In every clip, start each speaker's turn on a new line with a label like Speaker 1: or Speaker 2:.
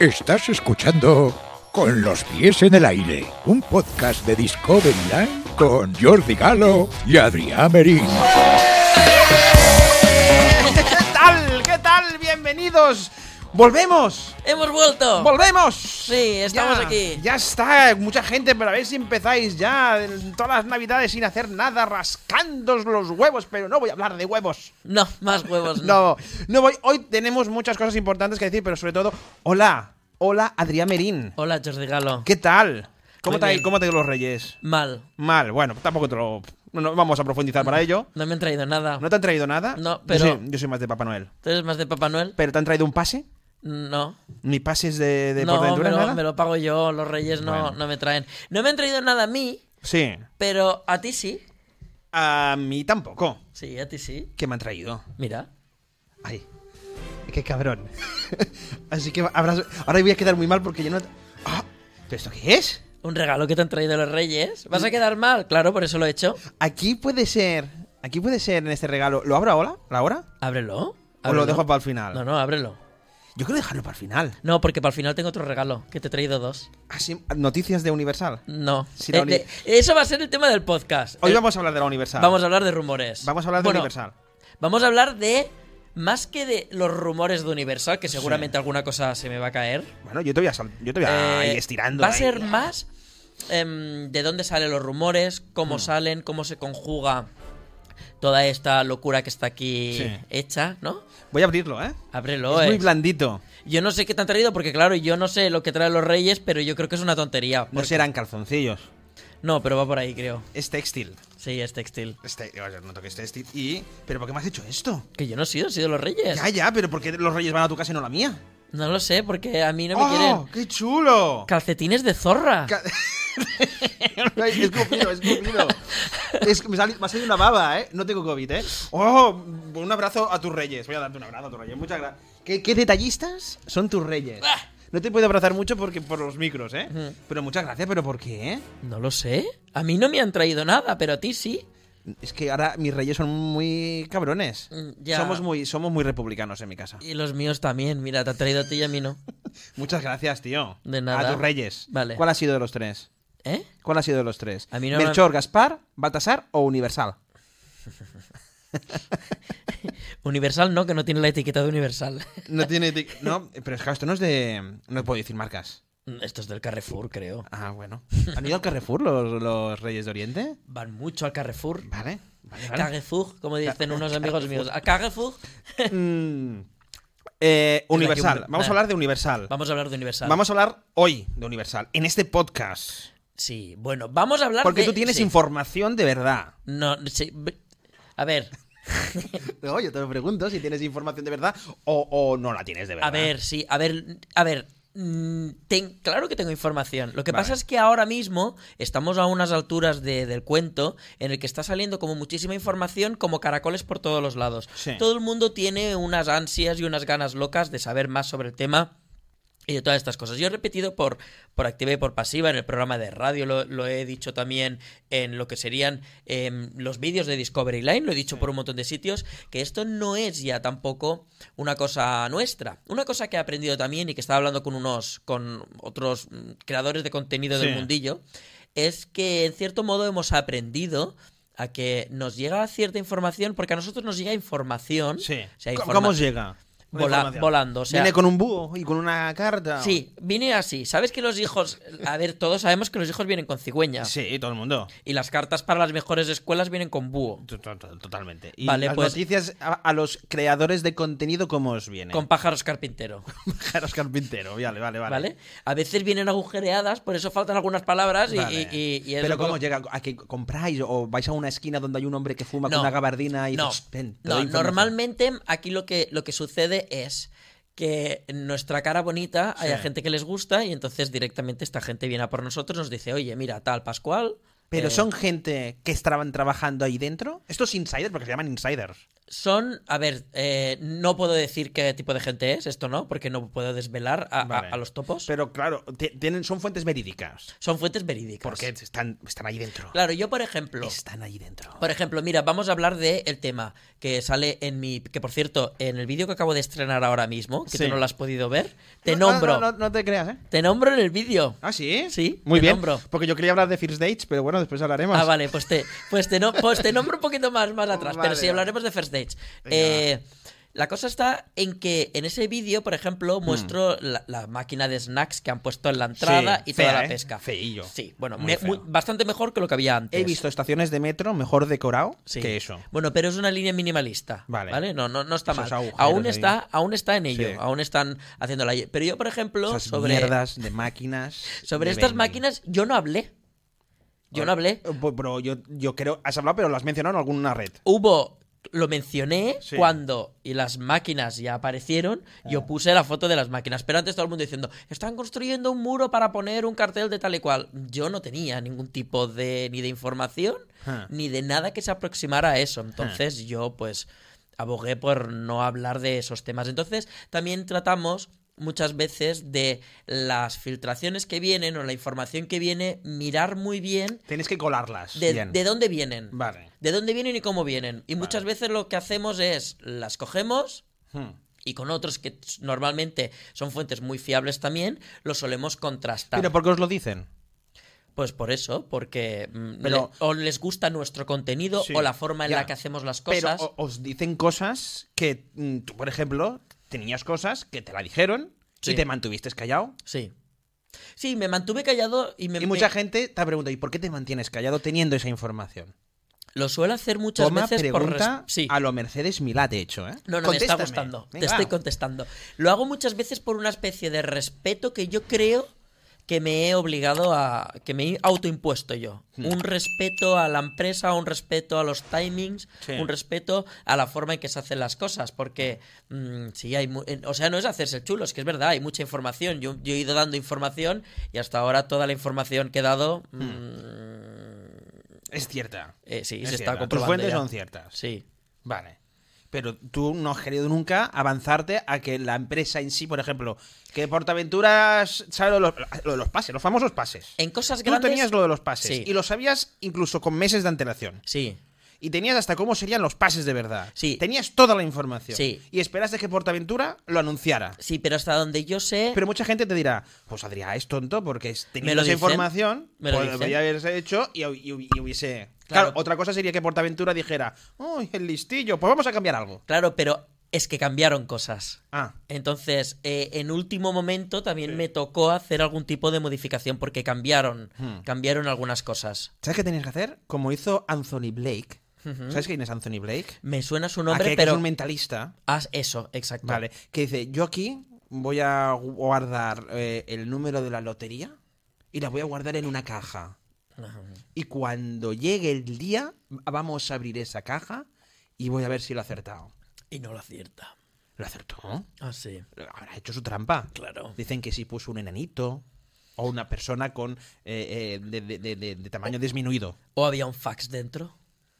Speaker 1: Estás escuchando Con los pies en el aire, un podcast de Discovery Line con Jordi Galo y Adrián Merín.
Speaker 2: ¿Qué tal? ¿Qué tal? Bienvenidos. Volvemos.
Speaker 3: ¡Hemos vuelto!
Speaker 2: Volvemos.
Speaker 3: Sí, estamos
Speaker 2: Ya,
Speaker 3: aquí.
Speaker 2: Ya está, mucha gente, pero a ver si empezáis ya en todas las navidades sin hacer nada, rascándos los huevos, pero no voy a hablar de huevos.
Speaker 3: No, más huevos. Pues
Speaker 2: No,
Speaker 3: No.
Speaker 2: no voy. Hoy tenemos muchas cosas importantes que decir, pero sobre todo, hola, hola Adrián Merín.
Speaker 3: Hola, Jordi Galo.
Speaker 2: ¿Qué tal? ¿Cómo
Speaker 3: Muy
Speaker 2: te, ha-
Speaker 3: bien.
Speaker 2: ¿Cómo te ha ido los reyes?
Speaker 3: Mal.
Speaker 2: Mal, bueno, tampoco te lo... No, no vamos a profundizar para ello.
Speaker 3: No me han traído nada.
Speaker 2: ¿No te han traído nada?
Speaker 3: No,
Speaker 2: Yo
Speaker 3: pero-
Speaker 2: soy- yo soy más de Papá Noel.
Speaker 3: ¿Tú eres más de Papá Noel?
Speaker 2: ¿Pero te han traído un pase?
Speaker 3: No.
Speaker 2: ¿Ni pases de, de
Speaker 3: no,
Speaker 2: Portaventura,
Speaker 3: me lo,
Speaker 2: nada?
Speaker 3: me lo pago yo, los reyes no,
Speaker 2: Bueno.
Speaker 3: no me traen. No me han traído nada a mí,
Speaker 2: Sí.
Speaker 3: pero a ti sí.
Speaker 2: A mí tampoco.
Speaker 3: Sí, a ti sí.
Speaker 2: ¿Qué me han traído?
Speaker 3: Mira.
Speaker 2: Ay. Qué cabrón. Así que habrás- ahora voy a quedar muy mal porque yo no. Ah, ¿Pero esto qué es?
Speaker 3: Un regalo que te han traído los reyes. ¿Vas a quedar mal? Claro, por eso lo he hecho.
Speaker 2: Aquí puede ser. Aquí puede ser en este regalo. ¿Lo abro ahora? ¿La hora?
Speaker 3: Ábrelo.
Speaker 2: ¿O lo
Speaker 3: ábrelo.
Speaker 2: dejo para el final?
Speaker 3: No, no, ábrelo.
Speaker 2: Yo quiero dejarlo para el final.
Speaker 3: No, porque para el final tengo otro regalo, que te he traído dos.
Speaker 2: Así, noticias de Universal.
Speaker 3: No.
Speaker 2: Si la
Speaker 3: Eh,
Speaker 2: uni-
Speaker 3: de- eso va a ser el tema del podcast.
Speaker 2: Hoy
Speaker 3: Eh,
Speaker 2: vamos a hablar de la Universal.
Speaker 3: Vamos a hablar de rumores.
Speaker 2: Vamos a hablar de
Speaker 3: Bueno,
Speaker 2: Universal.
Speaker 3: Vamos a hablar de. Más que de los rumores de Universal, que seguramente alguna cosa se me va a caer.
Speaker 2: Bueno, yo te voy a, sal- yo te voy a
Speaker 3: eh,
Speaker 2: ir estirando.
Speaker 3: Va a
Speaker 2: ahí.
Speaker 3: ser más em, de dónde salen los rumores,
Speaker 2: Hmm.
Speaker 3: cómo salen, cómo se conjuga toda esta locura que está aquí
Speaker 2: Sí.
Speaker 3: hecha, ¿no?
Speaker 2: Voy a abrirlo, ¿eh?
Speaker 3: Ábrelo,
Speaker 2: es muy
Speaker 3: eh.
Speaker 2: blandito.
Speaker 3: Yo no sé qué te han traído, porque claro, yo no sé lo que traen los reyes, pero yo creo que es una tontería.
Speaker 2: No
Speaker 3: porque-
Speaker 2: serán calzoncillos.
Speaker 3: No, pero va por ahí, creo.
Speaker 2: Es textil.
Speaker 3: Sí, es textil.
Speaker 2: Este, yo no toques textil. ¿Y? ¿Pero por qué me has hecho esto?
Speaker 3: Que yo no he sido, he sido los reyes.
Speaker 2: Ya, ya, pero ¿por qué los reyes van a tu casa y no a la mía?
Speaker 3: No lo sé, porque a mí no me
Speaker 2: ¡Oh,
Speaker 3: quieren.
Speaker 2: qué chulo!
Speaker 3: Calcetines de zorra.
Speaker 2: Ca- Ay, es comido, es comido. Es que me, sale- me ha salido una baba, ¿eh? No tengo COVID, ¿eh? ¡Oh! Un abrazo a tus reyes. Voy a darte un abrazo a tus reyes. Muchas gracias. ¿Qué, qué detallistas son tus reyes?
Speaker 3: Ah.
Speaker 2: No te puedo abrazar mucho porque por los micros, ¿eh? Pero muchas gracias, ¿pero por qué?
Speaker 3: No lo sé. A mí no me han traído nada, pero a ti sí.
Speaker 2: Es que ahora mis reyes son muy cabrones.
Speaker 3: Mm, ya.
Speaker 2: Somos, muy, somos muy republicanos en mi casa.
Speaker 3: Y los míos también. Mira, te han traído a ti y a mí no.
Speaker 2: Muchas gracias, tío.
Speaker 3: De nada.
Speaker 2: A tus reyes.
Speaker 3: Vale.
Speaker 2: ¿Cuál ha sido de los tres?
Speaker 3: ¿Eh?
Speaker 2: ¿Cuál ha sido de los tres?
Speaker 3: A mí no me-
Speaker 2: Melchor, Gaspar, Baltasar o Universal.
Speaker 3: Universal no, que no tiene la etiqueta de Universal.
Speaker 2: No tiene tic- No, pero es que esto no es de. No puedo decir marcas.
Speaker 3: Esto es del Carrefour, creo.
Speaker 2: Ah, bueno. ¿Han ido al Carrefour los, los Reyes de Oriente?
Speaker 3: Van mucho al Carrefour.
Speaker 2: Vale. vale, vale.
Speaker 3: Carrefour, como dicen unos amigos míos. A Carrefour.
Speaker 2: Mm. Eh, Universal. Vamos a hablar de Universal.
Speaker 3: Vamos a hablar de Universal.
Speaker 2: Vamos a hablar hoy de Universal, en este podcast.
Speaker 3: Sí, bueno, vamos a hablar
Speaker 2: Porque
Speaker 3: de-
Speaker 2: tú tienes
Speaker 3: sí.
Speaker 2: información de verdad.
Speaker 3: No, sí. b- A ver,
Speaker 2: No, yo te lo pregunto si tienes información de verdad o, o no la tienes de verdad.
Speaker 3: a ver, sí, a ver, a ver. mm, ten- claro que tengo información. Lo que
Speaker 2: Vale.
Speaker 3: pasa es que ahora mismo estamos a unas alturas de- del cuento en el que está saliendo como muchísima información, como caracoles por todos los lados.
Speaker 2: Sí.
Speaker 3: Todo el mundo tiene unas ansias y unas ganas locas de saber más sobre el tema y de todas estas cosas. Yo he repetido por, por activa y por pasiva en el programa de radio, lo, lo he dicho también en lo que serían em, los vídeos de Discovery Line, lo he dicho por un montón de sitios, que esto no es ya tampoco una cosa nuestra. Una cosa que he aprendido también y que estaba hablando con unos, con otros mm, creadores de contenido
Speaker 2: Sí.
Speaker 3: del mundillo, es que en cierto modo hemos aprendido a que nos llega cierta información, porque a nosotros nos llega información.
Speaker 2: Sí.
Speaker 3: o sea,
Speaker 2: ¿Cómo-
Speaker 3: informa-
Speaker 2: ¿Cómo os llega? la
Speaker 3: Vola-
Speaker 2: información?
Speaker 3: volando, o sea-
Speaker 2: Viene con un búho y con una carta.
Speaker 3: Sí, vine así. ¿Sabes que los hijos... A ver, todos sabemos que los hijos vienen con cigüeña.
Speaker 2: Sí, todo el mundo.
Speaker 3: Y las cartas para las mejores escuelas vienen con búho.
Speaker 2: To- to- to- Totalmente. Y
Speaker 3: Vale,
Speaker 2: las
Speaker 3: pues-
Speaker 2: noticias a, a los creadores de contenido, ¿cómo os viene?
Speaker 3: Con pájaros carpintero,
Speaker 2: Jaros Carpintero, vale, vale, vale.
Speaker 3: ¿vale? A veces vienen agujereadas, por eso faltan algunas palabras y,
Speaker 2: Vale.
Speaker 3: y- y- y es
Speaker 2: Pero
Speaker 3: un poco-
Speaker 2: ¿cómo llega? ¿A que compráis o vais a una esquina donde hay un hombre que fuma con
Speaker 3: No.
Speaker 2: una gabardina y
Speaker 3: No,
Speaker 2: dices, "Ven, te
Speaker 3: no,
Speaker 2: doy información"?
Speaker 3: normalmente aquí lo que, lo que sucede es que en nuestra cara bonita
Speaker 2: Sí.
Speaker 3: haya gente que les gusta y entonces directamente esta gente viene a por nosotros, nos dice, oye, mira, tal Pascual
Speaker 2: Pero
Speaker 3: Eh.
Speaker 2: son gente que estaban trabajando ahí dentro. Estos insiders, porque se llaman insiders.
Speaker 3: Son, a ver, eh, no puedo decir qué tipo de gente es, esto no, porque no puedo desvelar a, a-
Speaker 2: Vale.
Speaker 3: a los topos.
Speaker 2: Pero claro, ti- tienen, son fuentes verídicas.
Speaker 3: Son fuentes verídicas.
Speaker 2: Porque están, están ahí dentro.
Speaker 3: Claro, yo, por ejemplo.
Speaker 2: Están ahí dentro.
Speaker 3: Por ejemplo, mira, vamos a hablar del el tema que sale en mi. Que por cierto, en el vídeo que acabo de estrenar ahora mismo, que
Speaker 2: Sí.
Speaker 3: tú no lo has podido ver, te
Speaker 2: No, no,
Speaker 3: nombro.
Speaker 2: No, no, no te creas, ¿eh?
Speaker 3: Te nombro en el vídeo.
Speaker 2: Ah, sí.
Speaker 3: Sí,
Speaker 2: Muy
Speaker 3: te
Speaker 2: bien.
Speaker 3: nombro.
Speaker 2: Porque yo quería hablar de First Dates, pero bueno, después hablaremos.
Speaker 3: Ah, vale, pues te, pues te, no- pues te nombro un poquito más, más atrás,
Speaker 2: Vale,
Speaker 3: pero sí
Speaker 2: vale.
Speaker 3: hablaremos de first dates.
Speaker 2: Venga,
Speaker 3: Eh, la cosa está en que en ese vídeo, por ejemplo,
Speaker 2: Mm.
Speaker 3: muestro la, la máquina de snacks que han puesto en la entrada
Speaker 2: Sí,
Speaker 3: y toda
Speaker 2: fea,
Speaker 3: la
Speaker 2: ¿eh?
Speaker 3: pesca.
Speaker 2: Feillo.
Speaker 3: Sí, bueno,
Speaker 2: Muy
Speaker 3: me-
Speaker 2: feo.
Speaker 3: muy- bastante mejor que lo que había antes.
Speaker 2: He visto estaciones de metro mejor decorado
Speaker 3: Sí.
Speaker 2: que eso.
Speaker 3: Bueno, pero es una línea minimalista.
Speaker 2: Vale.
Speaker 3: Vale. No, no, no está
Speaker 2: Esos
Speaker 3: mal.
Speaker 2: agujeros
Speaker 3: Aún
Speaker 2: ahí.
Speaker 3: está, aún está en ello.
Speaker 2: Sí.
Speaker 3: Aún están haciendo la. Pero yo, por ejemplo,
Speaker 2: Esas
Speaker 3: sobre,
Speaker 2: mierdas de máquinas.
Speaker 3: sobre
Speaker 2: de
Speaker 3: estas
Speaker 2: vending.
Speaker 3: máquinas, yo no hablé. Yo no hablé.
Speaker 2: Eh, bu- Pero yo, yo creo. Has hablado, pero lo has mencionado en alguna red.
Speaker 3: Hubo. Lo mencioné
Speaker 2: Sí. Ah.
Speaker 3: cuando y las máquinas ya aparecieron. Yo puse la foto de las máquinas, pero antes todo el mundo diciendo: Están construyendo un muro para poner un cartel de tal y cual. Yo no tenía ningún tipo de ni de información
Speaker 2: Ah.
Speaker 3: ni de nada que se aproximara a eso. Entonces yo pues abogué por no hablar de esos temas. Entonces también tratamos muchas veces de las filtraciones que vienen o la información que viene, mirar muy bien
Speaker 2: Tienes que colarlas.
Speaker 3: de,
Speaker 2: bien.
Speaker 3: de dónde vienen.
Speaker 2: Vale.
Speaker 3: De dónde vienen y cómo vienen. Y muchas veces lo que hacemos es las cogemos
Speaker 2: Hmm.
Speaker 3: y con otros que s- normalmente son fuentes muy fiables también, lo solemos contrastar.
Speaker 2: Pero ¿por qué os lo dicen?
Speaker 3: Pues por eso, porque mm,
Speaker 2: Pero-
Speaker 3: le- o les gusta nuestro contenido
Speaker 2: Sí,
Speaker 3: o la forma en
Speaker 2: ya.
Speaker 3: la que hacemos las cosas.
Speaker 2: Pero o- os dicen cosas que mm, tú, por ejemplo, tenías cosas que te la dijeron y
Speaker 3: Sí.
Speaker 2: te mantuviste callado.
Speaker 3: Sí. Sí, me mantuve callado y me...
Speaker 2: Y mucha
Speaker 3: me-
Speaker 2: gente te ha preguntado, ¿y por qué te mantienes callado teniendo esa información?
Speaker 3: Lo suelo hacer muchas
Speaker 2: Toma
Speaker 3: veces por...
Speaker 2: pregunta
Speaker 3: res- Sí.
Speaker 2: a lo Mercedes Milá, de hecho, ¿eh?
Speaker 3: No, no, me está
Speaker 2: Contéstame.
Speaker 3: gustando.
Speaker 2: Venga,
Speaker 3: te estoy
Speaker 2: va.
Speaker 3: contestando. Lo hago muchas veces por una especie de respeto que yo creo que me he obligado a. que me he autoimpuesto yo.
Speaker 2: Hmm.
Speaker 3: Un respeto a la empresa, un respeto a los timings,
Speaker 2: Sí.
Speaker 3: un respeto a la forma en que se hacen las cosas. Porque mm, sí hay mu- en- o sea, no es hacerse el chulo, es que es verdad, hay mucha información. Yo, yo he ido dando información y hasta ahora toda la información que he dado. mm,
Speaker 2: Es cierta.
Speaker 3: eh, sí,
Speaker 2: Hmm. Es
Speaker 3: se
Speaker 2: cierta.
Speaker 3: está
Speaker 2: Tus
Speaker 3: comprobando.
Speaker 2: fuentes
Speaker 3: ya.
Speaker 2: son ciertas.
Speaker 3: Sí.
Speaker 2: Vale. Pero tú no has querido nunca avanzarte a que la empresa en sí, por ejemplo, que Portaventuras sabe lo de los, lo de los pases, los famosos pases.
Speaker 3: En cosas
Speaker 2: Tú
Speaker 3: grandes.
Speaker 2: tenías lo de los pases
Speaker 3: Sí.
Speaker 2: y lo sabías incluso con meses de antelación.
Speaker 3: Sí.
Speaker 2: Y tenías hasta cómo serían los pases de verdad.
Speaker 3: Sí.
Speaker 2: Tenías toda la información.
Speaker 3: Sí.
Speaker 2: Y esperaste que Portaventura lo anunciara.
Speaker 3: Sí, pero hasta donde yo sé.
Speaker 2: Pero mucha gente te dirá, pues Adrián es tonto porque es-
Speaker 3: Me
Speaker 2: teniendo
Speaker 3: lo
Speaker 2: esa
Speaker 3: dicen,
Speaker 2: información
Speaker 3: me lo
Speaker 2: pues,
Speaker 3: dicen.
Speaker 2: podría haberse hecho y, hu- y hu- y hubiese... Claro.
Speaker 3: Claro.
Speaker 2: otra cosa sería que Portaventura dijera, uy, el listillo, pues vamos a cambiar algo.
Speaker 3: Claro, pero es que cambiaron cosas.
Speaker 2: Ah,
Speaker 3: Entonces, eh, en último momento también me tocó hacer algún tipo de modificación porque cambiaron,
Speaker 2: Hmm.
Speaker 3: cambiaron algunas cosas.
Speaker 2: ¿sabes qué tenías que hacer? Como hizo Anthony Blake. ¿Sabes quién es Anthony Blake?
Speaker 3: Me suena su nombre,
Speaker 2: Aquel que
Speaker 3: pero
Speaker 2: es un mentalista.
Speaker 3: haz eso, exacto.
Speaker 2: Vale, que dice, yo aquí voy a guardar eh, el número de la lotería y la voy a guardar en una caja. Y cuando llegue el día, vamos a abrir esa caja y voy a ver si lo ha acertado.
Speaker 3: Y no lo acierta.
Speaker 2: ¿Lo acertó?
Speaker 3: Ah, sí.
Speaker 2: Habrá hecho su trampa.
Speaker 3: Claro.
Speaker 2: Dicen que sí puso un enanito o una persona con eh, eh, de, de- de- de- de tamaño disminuido.
Speaker 3: ¿O había un fax dentro?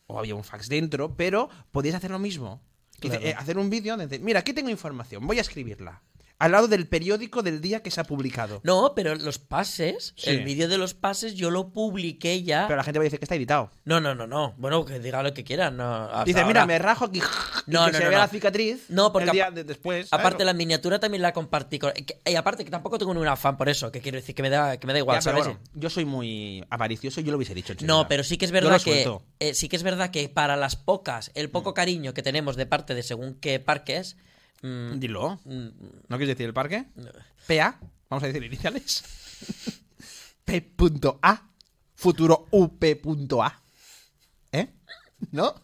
Speaker 2: O había un fax dentro, pero podías hacer lo mismo. Dice,
Speaker 3: Claro.
Speaker 2: eh, hacer un vídeo donde dice, mira, aquí tengo información, voy a escribirla. Al lado del periódico del día que se ha publicado.
Speaker 3: No, pero los pases,
Speaker 2: Sí.
Speaker 3: el vídeo de los pases yo lo publiqué ya.
Speaker 2: Pero la gente va a decir que está editado.
Speaker 3: No, no, no, no. Bueno, que diga lo que quiera. No, hasta
Speaker 2: Dice, mira,
Speaker 3: ahora-
Speaker 2: me rajo aquí. y
Speaker 3: Ah, No,
Speaker 2: que se
Speaker 3: no, no,
Speaker 2: vea
Speaker 3: no.
Speaker 2: la cicatriz.
Speaker 3: No, porque
Speaker 2: el día
Speaker 3: apa-
Speaker 2: de- después. ¿sabes?
Speaker 3: Aparte, la miniatura también la compartí con... que- Y aparte, que tampoco tengo ningún afán por eso, que quiero decir que me da, que me da
Speaker 2: Ya,
Speaker 3: igual,
Speaker 2: pero
Speaker 3: ¿sabes?
Speaker 2: bueno, yo soy muy avaricioso y yo lo hubiese dicho. enseguida.
Speaker 3: No, pero sí que es
Speaker 2: Yo lo
Speaker 3: verdad que
Speaker 2: suelto.
Speaker 3: eh, sí que es verdad que para las pocas, el poco cariño que tenemos de parte de según qué parques, mm,
Speaker 2: Dilo.
Speaker 3: mm,
Speaker 2: ¿No quieres decir el parque? PA. Vamos a decir iniciales. P.A. Futuro UP.A. ¿Eh? ¿No?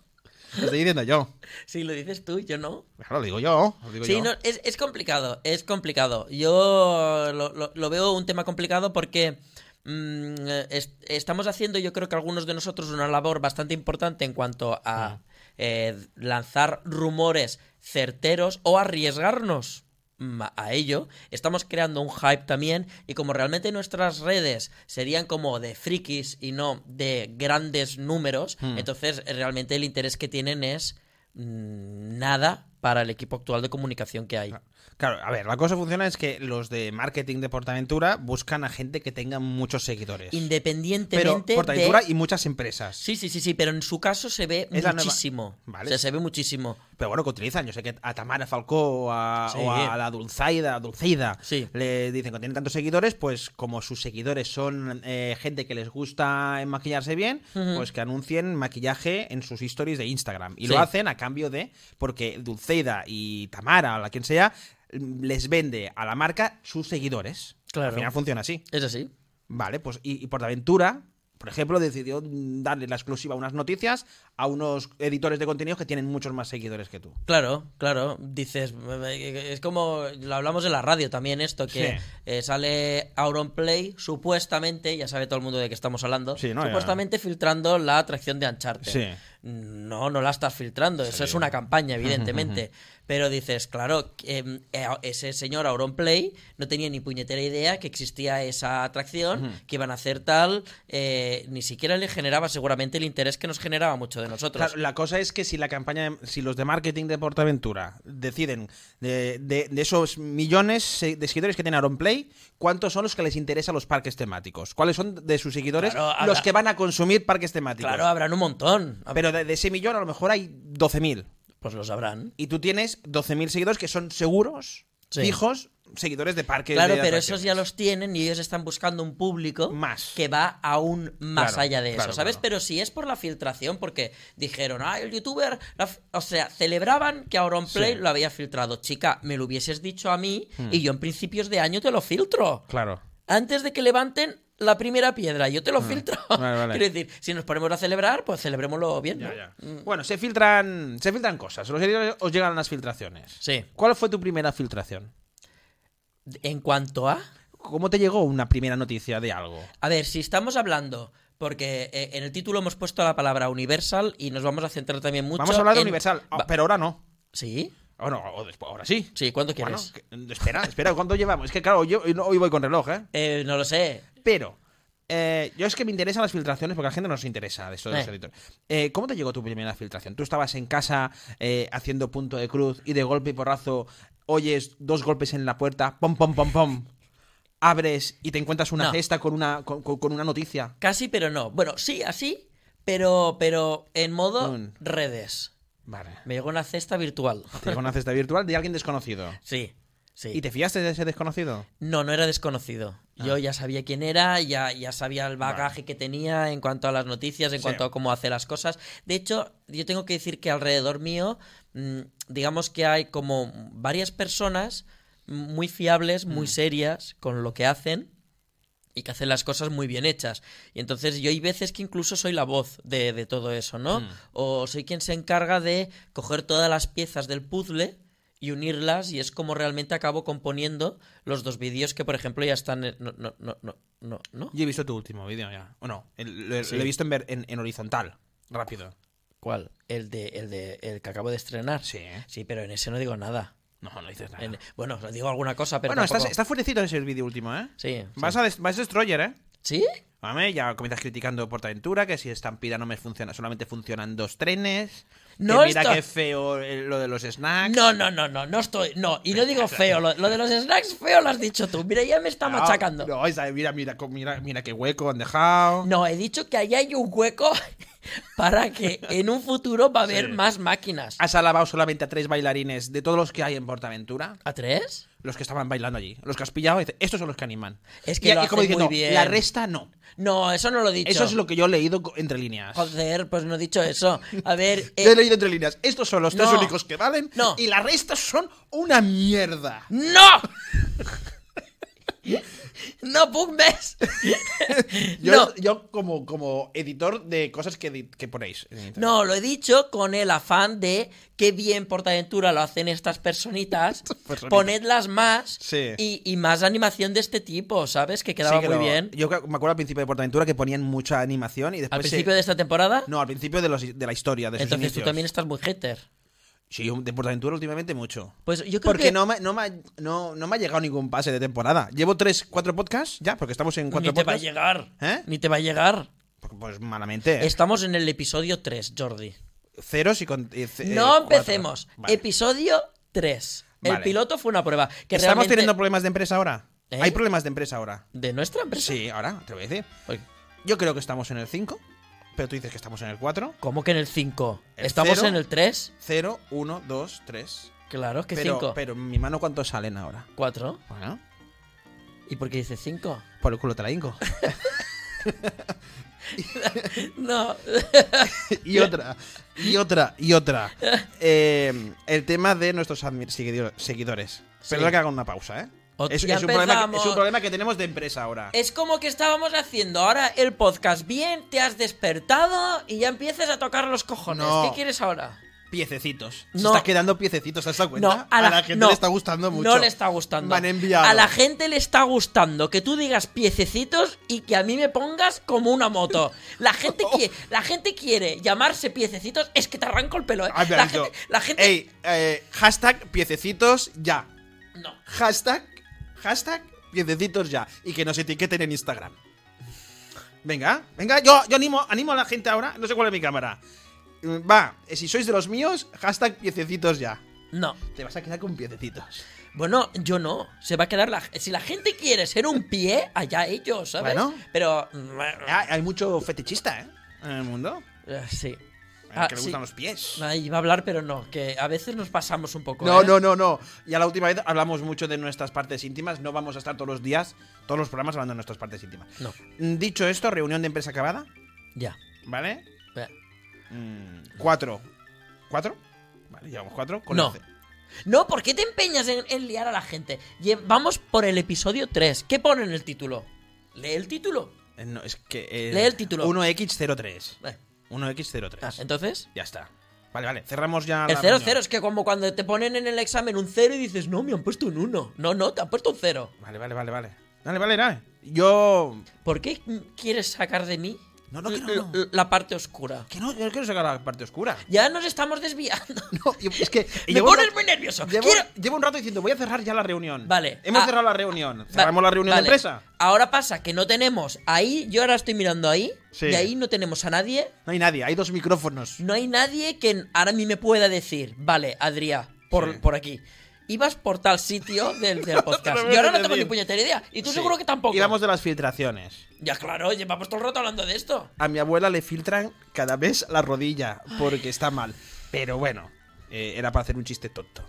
Speaker 2: Lo estoy diciendo yo.
Speaker 3: si lo dices tú, yo no.
Speaker 2: Claro, lo digo yo. Lo digo
Speaker 3: Sí,
Speaker 2: yo.
Speaker 3: no, es, es complicado, es complicado. Yo lo, lo- lo veo un tema complicado porque mm, es- estamos haciendo, yo creo que algunos de nosotros, una labor bastante importante en cuanto
Speaker 2: Mm.
Speaker 3: a eh, lanzar rumores certeros o arriesgarnos. mm, a ello, estamos creando un hype también y como realmente nuestras redes serían como de frikis y no de grandes números,
Speaker 2: Mm.
Speaker 3: entonces realmente el interés que tienen es mm, nada para el equipo actual de comunicación que
Speaker 2: Ah.
Speaker 3: hay.
Speaker 2: Claro, a ver, la cosa funciona es que los de marketing de Portaventura buscan a gente que tenga muchos seguidores. Pero
Speaker 3: Independientemente
Speaker 2: Portaventura
Speaker 3: de...
Speaker 2: y muchas empresas.
Speaker 3: Sí, sí, sí, sí, pero en su caso se ve
Speaker 2: Es la nueva-
Speaker 3: muchísimo.
Speaker 2: Vale.
Speaker 3: O sea, se ve muchísimo.
Speaker 2: Pero bueno, que utilizan. Yo sé que a Tamara Falcó o a,
Speaker 3: Sí.
Speaker 2: o a la Dulzaida, Dulceida,
Speaker 3: Sí.
Speaker 2: le dicen que tienen tantos seguidores, pues como sus seguidores son eh, gente que les gusta maquillarse bien, pues que anuncien maquillaje en sus stories de Instagram. Y
Speaker 3: Sí.
Speaker 2: lo hacen a cambio de, porque Dulceida y Tamara o la quien sea, les vende a la marca sus seguidores.
Speaker 3: Claro.
Speaker 2: Al final funciona así.
Speaker 3: Es así.
Speaker 2: Vale, pues y, y Portaventura, por ejemplo, decidió darle la exclusiva a unas noticias a unos editores de contenidos que tienen muchos más seguidores que tú.
Speaker 3: Claro, claro. Dices, es como lo hablamos en la radio también esto, que
Speaker 2: Sí.
Speaker 3: eh, sale Auron Play, supuestamente, ya sabe todo el mundo de qué estamos hablando,
Speaker 2: Sí, no, ya.
Speaker 3: supuestamente filtrando la atracción de Uncharted.
Speaker 2: Sí.
Speaker 3: No, no la estás filtrando, eso es una campaña, evidentemente. Pero dices, claro, que, eh, ese señor Auron Play no tenía ni puñetera idea que existía esa atracción, que iban a hacer tal, eh, ni siquiera le generaba seguramente el interés que nos generaba mucho de nosotros.
Speaker 2: Claro, la cosa es que si la campaña, de- si los de marketing de Portaventura deciden de, de- de esos millones se- de seguidores que tiene Aaron Play, ¿cuántos son los que les interesan los parques temáticos? ¿Cuáles son de sus seguidores
Speaker 3: Claro, habrá-
Speaker 2: los que van a consumir parques temáticos?
Speaker 3: Claro, habrán un montón.
Speaker 2: Pero de, de ese millón a lo mejor hay 12.000.
Speaker 3: Pues lo sabrán.
Speaker 2: Y tú tienes 12.000 seguidores que son seguros,
Speaker 3: Sí.
Speaker 2: fijos, seguidores de parques
Speaker 3: Claro,
Speaker 2: de
Speaker 3: pero esos
Speaker 2: atracciones.
Speaker 3: ya los tienen y ellos están buscando un público
Speaker 2: Más.
Speaker 3: que va aún más
Speaker 2: Claro,
Speaker 3: allá de eso,
Speaker 2: claro,
Speaker 3: ¿sabes?
Speaker 2: claro.
Speaker 3: Pero si es por la filtración, porque dijeron, ah, el youtuber, la f-". o sea, celebraban que Auronplay
Speaker 2: Sí. Hmm.
Speaker 3: lo había filtrado. Chica, me lo hubieses dicho a mí y yo en principios de año te lo filtro.
Speaker 2: Claro.
Speaker 3: Antes de que levanten la primera piedra, yo te lo filtro.
Speaker 2: Hmm. vale, vale.
Speaker 3: Quiero decir, si nos ponemos a celebrar, pues celebrémoslo bien. ¿no?
Speaker 2: Bueno, se filtran, se filtran cosas. Los editores os llegan las filtraciones.
Speaker 3: Sí.
Speaker 2: ¿Cuál fue tu primera filtración?
Speaker 3: En cuanto a...
Speaker 2: ¿Cómo te llegó una primera noticia de algo?
Speaker 3: A ver, si estamos hablando, porque eh, en el título hemos puesto la palabra universal y nos vamos a centrar también mucho.
Speaker 2: Vamos a hablar de
Speaker 3: en-
Speaker 2: Universal, ah,
Speaker 3: Va-
Speaker 2: pero ahora no.
Speaker 3: Sí,
Speaker 2: Bueno, o después, ahora sí.
Speaker 3: sí, ¿cuándo
Speaker 2: Bueno,
Speaker 3: quieres?
Speaker 2: que- espera, espera, ¿cuánto llevamos? Es que claro, yo hoy no- hoy voy con reloj, ¿eh?
Speaker 3: Eh, no lo sé.
Speaker 2: Pero, eh, yo es que me interesan las filtraciones porque a la gente no nos interesa de esto de los
Speaker 3: Eh.
Speaker 2: editores. Eh, ¿Cómo te llegó tu primera filtración? Tú estabas en casa eh, haciendo punto de cruz y de golpe y porrazo oyes dos golpes en la puerta, pom, pom, pom, pom. Abres y te encuentras una
Speaker 3: No.
Speaker 2: cesta con una, con, con- con una noticia.
Speaker 3: Casi, pero no. Bueno, sí, así, pero, pero en modo
Speaker 2: Mm.
Speaker 3: redes.
Speaker 2: Vale.
Speaker 3: Me llegó una cesta virtual.
Speaker 2: Te llegó una cesta virtual de alguien desconocido.
Speaker 3: Sí, sí.
Speaker 2: ¿Y te fiaste de ese desconocido?
Speaker 3: No, no era desconocido. Yo ya sabía quién era, ya, ya sabía el bagaje que tenía en cuanto a las noticias, en
Speaker 2: Sí.
Speaker 3: cuanto a cómo hace las cosas. De hecho, yo tengo que decir que alrededor mío, mm, digamos que hay como varias personas mm, muy fiables, muy serias con lo que hacen y que hacen las cosas muy bien hechas. Y entonces yo hay veces que incluso soy la voz de, de todo eso, ¿no?
Speaker 2: Mm.
Speaker 3: O soy quien se encarga de coger todas las piezas del puzzle y unirlas y es como realmente acabo componiendo los dos vídeos que, por ejemplo, ya están... en- No, no, no, no, no, no.
Speaker 2: Yo he visto tu último vídeo ya. ¿O no? El- lo,
Speaker 3: Sí.
Speaker 2: lo he visto en, ver- en- en horizontal. Rápido.
Speaker 3: ¿Cuál? El, de, el, de, el que acabo de estrenar.
Speaker 2: Sí, ¿eh?
Speaker 3: Sí, pero en ese no digo nada.
Speaker 2: No, no dices nada.
Speaker 3: En- bueno, os digo alguna cosa, pero...
Speaker 2: bueno, estás,
Speaker 3: tampoco-
Speaker 2: estás fuertecito en ese vídeo último, ¿eh?
Speaker 3: Sí, sí.
Speaker 2: Vas, a des- vas Destroyer, ¿eh?
Speaker 3: ¿Sí?
Speaker 2: Vale, ya comienzas criticando Portaventura, que si Estampida no me funciona, solamente funcionan dos trenes. que
Speaker 3: No,
Speaker 2: mira
Speaker 3: esto-
Speaker 2: qué feo eh, lo de los snacks.
Speaker 3: No, no, no, no, no estoy. No, y no digo feo. Lo, lo de los snacks feo lo has dicho tú. Mira, ya me está
Speaker 2: No,
Speaker 3: machacando.
Speaker 2: Ah, No, esa- mira, mira, co- mira, mira qué hueco han dejado.
Speaker 3: No, he dicho que ahí hay un hueco para que en un futuro va a haber más máquinas.
Speaker 2: Has alabado solamente a tres bailarines de todos los que hay en Portaventura.
Speaker 3: ¿A tres?
Speaker 2: Los que estaban bailando allí. Los que has pillado, y dices, estos son los que animan.
Speaker 3: Es que
Speaker 2: y,
Speaker 3: lo
Speaker 2: y como
Speaker 3: hacen muy
Speaker 2: diciendo,
Speaker 3: bien.
Speaker 2: la resta no.
Speaker 3: No, eso no lo he dicho.
Speaker 2: Eso es lo que yo he leído co- entre líneas.
Speaker 3: Joder, pues no he dicho eso. A ver. eh,
Speaker 2: Yo he leído entre líneas. Estos son los tres
Speaker 3: No.
Speaker 2: únicos que valen.
Speaker 3: No.
Speaker 2: Y la resta son una mierda.
Speaker 3: ¡No! ¡No, Pugmes!
Speaker 2: Yo,
Speaker 3: No.
Speaker 2: yo como, como editor de cosas que, edit- que ponéis. en internet.
Speaker 3: No, lo he dicho con el afán de qué bien Portaventura lo hacen estas personitas.
Speaker 2: personitas.
Speaker 3: Ponedlas más
Speaker 2: Sí.
Speaker 3: y, y más animación de este tipo, ¿sabes? Que quedaba
Speaker 2: Sí Pues que
Speaker 3: muy
Speaker 2: lo-
Speaker 3: bien.
Speaker 2: Yo creo- me acuerdo al principio de Portaventura que ponían mucha animación y después.
Speaker 3: Al
Speaker 2: se-
Speaker 3: principio de esta temporada.
Speaker 2: No, al principio de, los- de la historia, de sus
Speaker 3: entonces tú
Speaker 2: inicios.
Speaker 3: también estás muy hater.
Speaker 2: Sí, de Portaventura últimamente mucho.
Speaker 3: Pues yo creo
Speaker 2: Porque
Speaker 3: que
Speaker 2: no, me, no, me ha, no, no me ha llegado ningún pase de temporada. Llevo tres, cuatro podcasts ya, porque estamos en cuatro
Speaker 3: ni te va a
Speaker 2: podcasts.
Speaker 3: llegar.
Speaker 2: ¿Eh?
Speaker 3: Ni te va a llegar.
Speaker 2: Pues- Pues malamente. ¿eh?
Speaker 3: Estamos en el episodio 3, Jordi.
Speaker 2: Ceros y con. y ce- eh,
Speaker 3: no
Speaker 2: cuatro.
Speaker 3: empecemos.
Speaker 2: Vale.
Speaker 3: Episodio 3. El
Speaker 2: Vale.
Speaker 3: piloto fue una prueba. Que
Speaker 2: ¿Estamos
Speaker 3: realmente-
Speaker 2: teniendo problemas de empresa ahora?
Speaker 3: ¿Eh?
Speaker 2: ¿Hay problemas de empresa ahora?
Speaker 3: ¿De nuestra empresa?
Speaker 2: Sí, ahora, te voy a decir.
Speaker 3: Oye,
Speaker 2: Yo creo que estamos en el 5, pero tú dices que estamos en el 4.
Speaker 3: ¿Cómo que en el 5?
Speaker 2: El
Speaker 3: ¿Estamos
Speaker 2: cero.
Speaker 3: en el 3?
Speaker 2: 0, 1, 2, 3.
Speaker 3: Claro, que
Speaker 2: Pero,
Speaker 3: 5.
Speaker 2: pero en mi mano, ¿cuántos salen ahora?
Speaker 3: 4.
Speaker 2: Bueno,
Speaker 3: ¿Y por qué dice 5?
Speaker 2: por el culo te la hinco.
Speaker 3: No.
Speaker 2: y otra, y otra, y otra. Eh, el tema de nuestros admir- seguido- seguidores.
Speaker 3: Sí.
Speaker 2: Perdón que haga una pausa, ¿eh?
Speaker 3: Ot-
Speaker 2: Es,
Speaker 3: ya
Speaker 2: es un problema que, es
Speaker 3: empezamos. Eh,
Speaker 2: un problema que tenemos de empresa ahora.
Speaker 3: Es como que estábamos haciendo ahora el podcast bien, te has despertado y ya empiezas a tocar los cojones.
Speaker 2: No.
Speaker 3: ¿Qué quieres ahora?
Speaker 2: Piececitos. Se
Speaker 3: No.
Speaker 2: está quedando piececitos, ¿te has dado cuenta?
Speaker 3: No, a la,
Speaker 2: gente
Speaker 3: no,
Speaker 2: le está gustando mucho.
Speaker 3: No le está gustando.
Speaker 2: Me han enviado.
Speaker 3: A la gente le está gustando que tú digas piececitos y que a mí me pongas como una moto. La gente, quiere, la gente quiere llamarse piececitos. Es que te arranco el pelo, ¿eh?
Speaker 2: Ah, me
Speaker 3: la,
Speaker 2: han dicho,
Speaker 3: gente, la gente-
Speaker 2: "Ey, eh, hashtag piececitos ya.
Speaker 3: No.
Speaker 2: Hashtag, hashtag piececitos ya. Y que nos etiqueten en Instagram. Venga, venga, yo, yo animo, animo a la gente ahora. No sé cuál es mi cámara. Mm, Va, eh, si sois de los míos, hashtag piececitos ya.
Speaker 3: No.
Speaker 2: Te vas a quedar con piececitos.
Speaker 3: Bueno, yo no. Se va a quedar la. Si la gente quiere ser un pie, allá ellos, ¿sabes?
Speaker 2: Bueno.
Speaker 3: Pero.
Speaker 2: Ah, hay mucho fetichista, ¿eh? En el mundo.
Speaker 3: Eh, Sí.
Speaker 2: Ah,
Speaker 3: Ah,
Speaker 2: que le
Speaker 3: sí.
Speaker 2: gustan los pies.
Speaker 3: Ay, iba a hablar, pero no. Que a veces nos pasamos un poco.
Speaker 2: No,
Speaker 3: ¿eh?
Speaker 2: no, no, no. Ya la última vez hablamos mucho de nuestras partes íntimas. No vamos a estar todos los días, todos los programas hablando de nuestras partes íntimas.
Speaker 3: No.
Speaker 2: Mm, Dicho esto, reunión de empresa acabada,
Speaker 3: Ya.
Speaker 2: ¿vale?
Speaker 3: Eh.
Speaker 2: Mm, cuatro. ¿Cuatro? Vale, llevamos cuatro. Con
Speaker 3: No.
Speaker 2: el ce-
Speaker 3: No, ¿por qué te empeñas en, en liar a la gente? Lle- Vamos por el episodio 3. ¿Qué pone en el título? Lee el título.
Speaker 2: Eh, no, es que. eh,
Speaker 3: Lee el título.
Speaker 2: 1X03.
Speaker 3: Eh,
Speaker 2: 1X03.
Speaker 3: ah, entonces.
Speaker 2: ya está. Vale, vale. Cerramos ya.
Speaker 3: El
Speaker 2: la
Speaker 3: 0,
Speaker 2: reunión.
Speaker 3: 0 es que como cuando te ponen en el examen un 0 y dices, no, me han puesto un 1. No, no, te han puesto un 0.
Speaker 2: Vale, vale, vale, vale. Vale, vale, vale. Yo.
Speaker 3: ¿Por qué quieres sacar de mí
Speaker 2: No, no, que no,
Speaker 3: l-
Speaker 2: no.
Speaker 3: l- la parte oscura?
Speaker 2: Que no, yo no quiero sacar la parte oscura.
Speaker 3: Ya nos estamos desviando.
Speaker 2: No, yo- es que.
Speaker 3: me
Speaker 2: llevo-
Speaker 3: pones muy nervioso.
Speaker 2: Llevo,
Speaker 3: Quiero-
Speaker 2: llevo un rato diciendo, voy a cerrar ya la reunión.
Speaker 3: Vale.
Speaker 2: Hemos
Speaker 3: Ah.
Speaker 2: cerrado la reunión.
Speaker 3: Va-
Speaker 2: Cerramos la reunión
Speaker 3: vale.
Speaker 2: de empresa.
Speaker 3: Ahora pasa que no tenemos ahí, yo ahora estoy mirando ahí,
Speaker 2: Sí.
Speaker 3: y ahí no tenemos a nadie.
Speaker 2: No hay nadie, hay dos micrófonos.
Speaker 3: No hay nadie que ahora a mí me pueda decir, vale, Adrián, por,
Speaker 2: Sí.
Speaker 3: por aquí. Ibas por tal sitio del, del podcast.
Speaker 2: lo
Speaker 3: Yo ahora
Speaker 2: voy
Speaker 3: no
Speaker 2: a
Speaker 3: tengo ni
Speaker 2: decir.
Speaker 3: puñetera idea. Y tú
Speaker 2: Sí.
Speaker 3: seguro que tampoco.
Speaker 2: Y vamos de las filtraciones.
Speaker 3: Ya claro, llevamos todo el rato hablando de esto.
Speaker 2: A mi abuela le filtran cada vez la rodilla porque está mal. Pero bueno, eh, era para hacer un chiste tonto.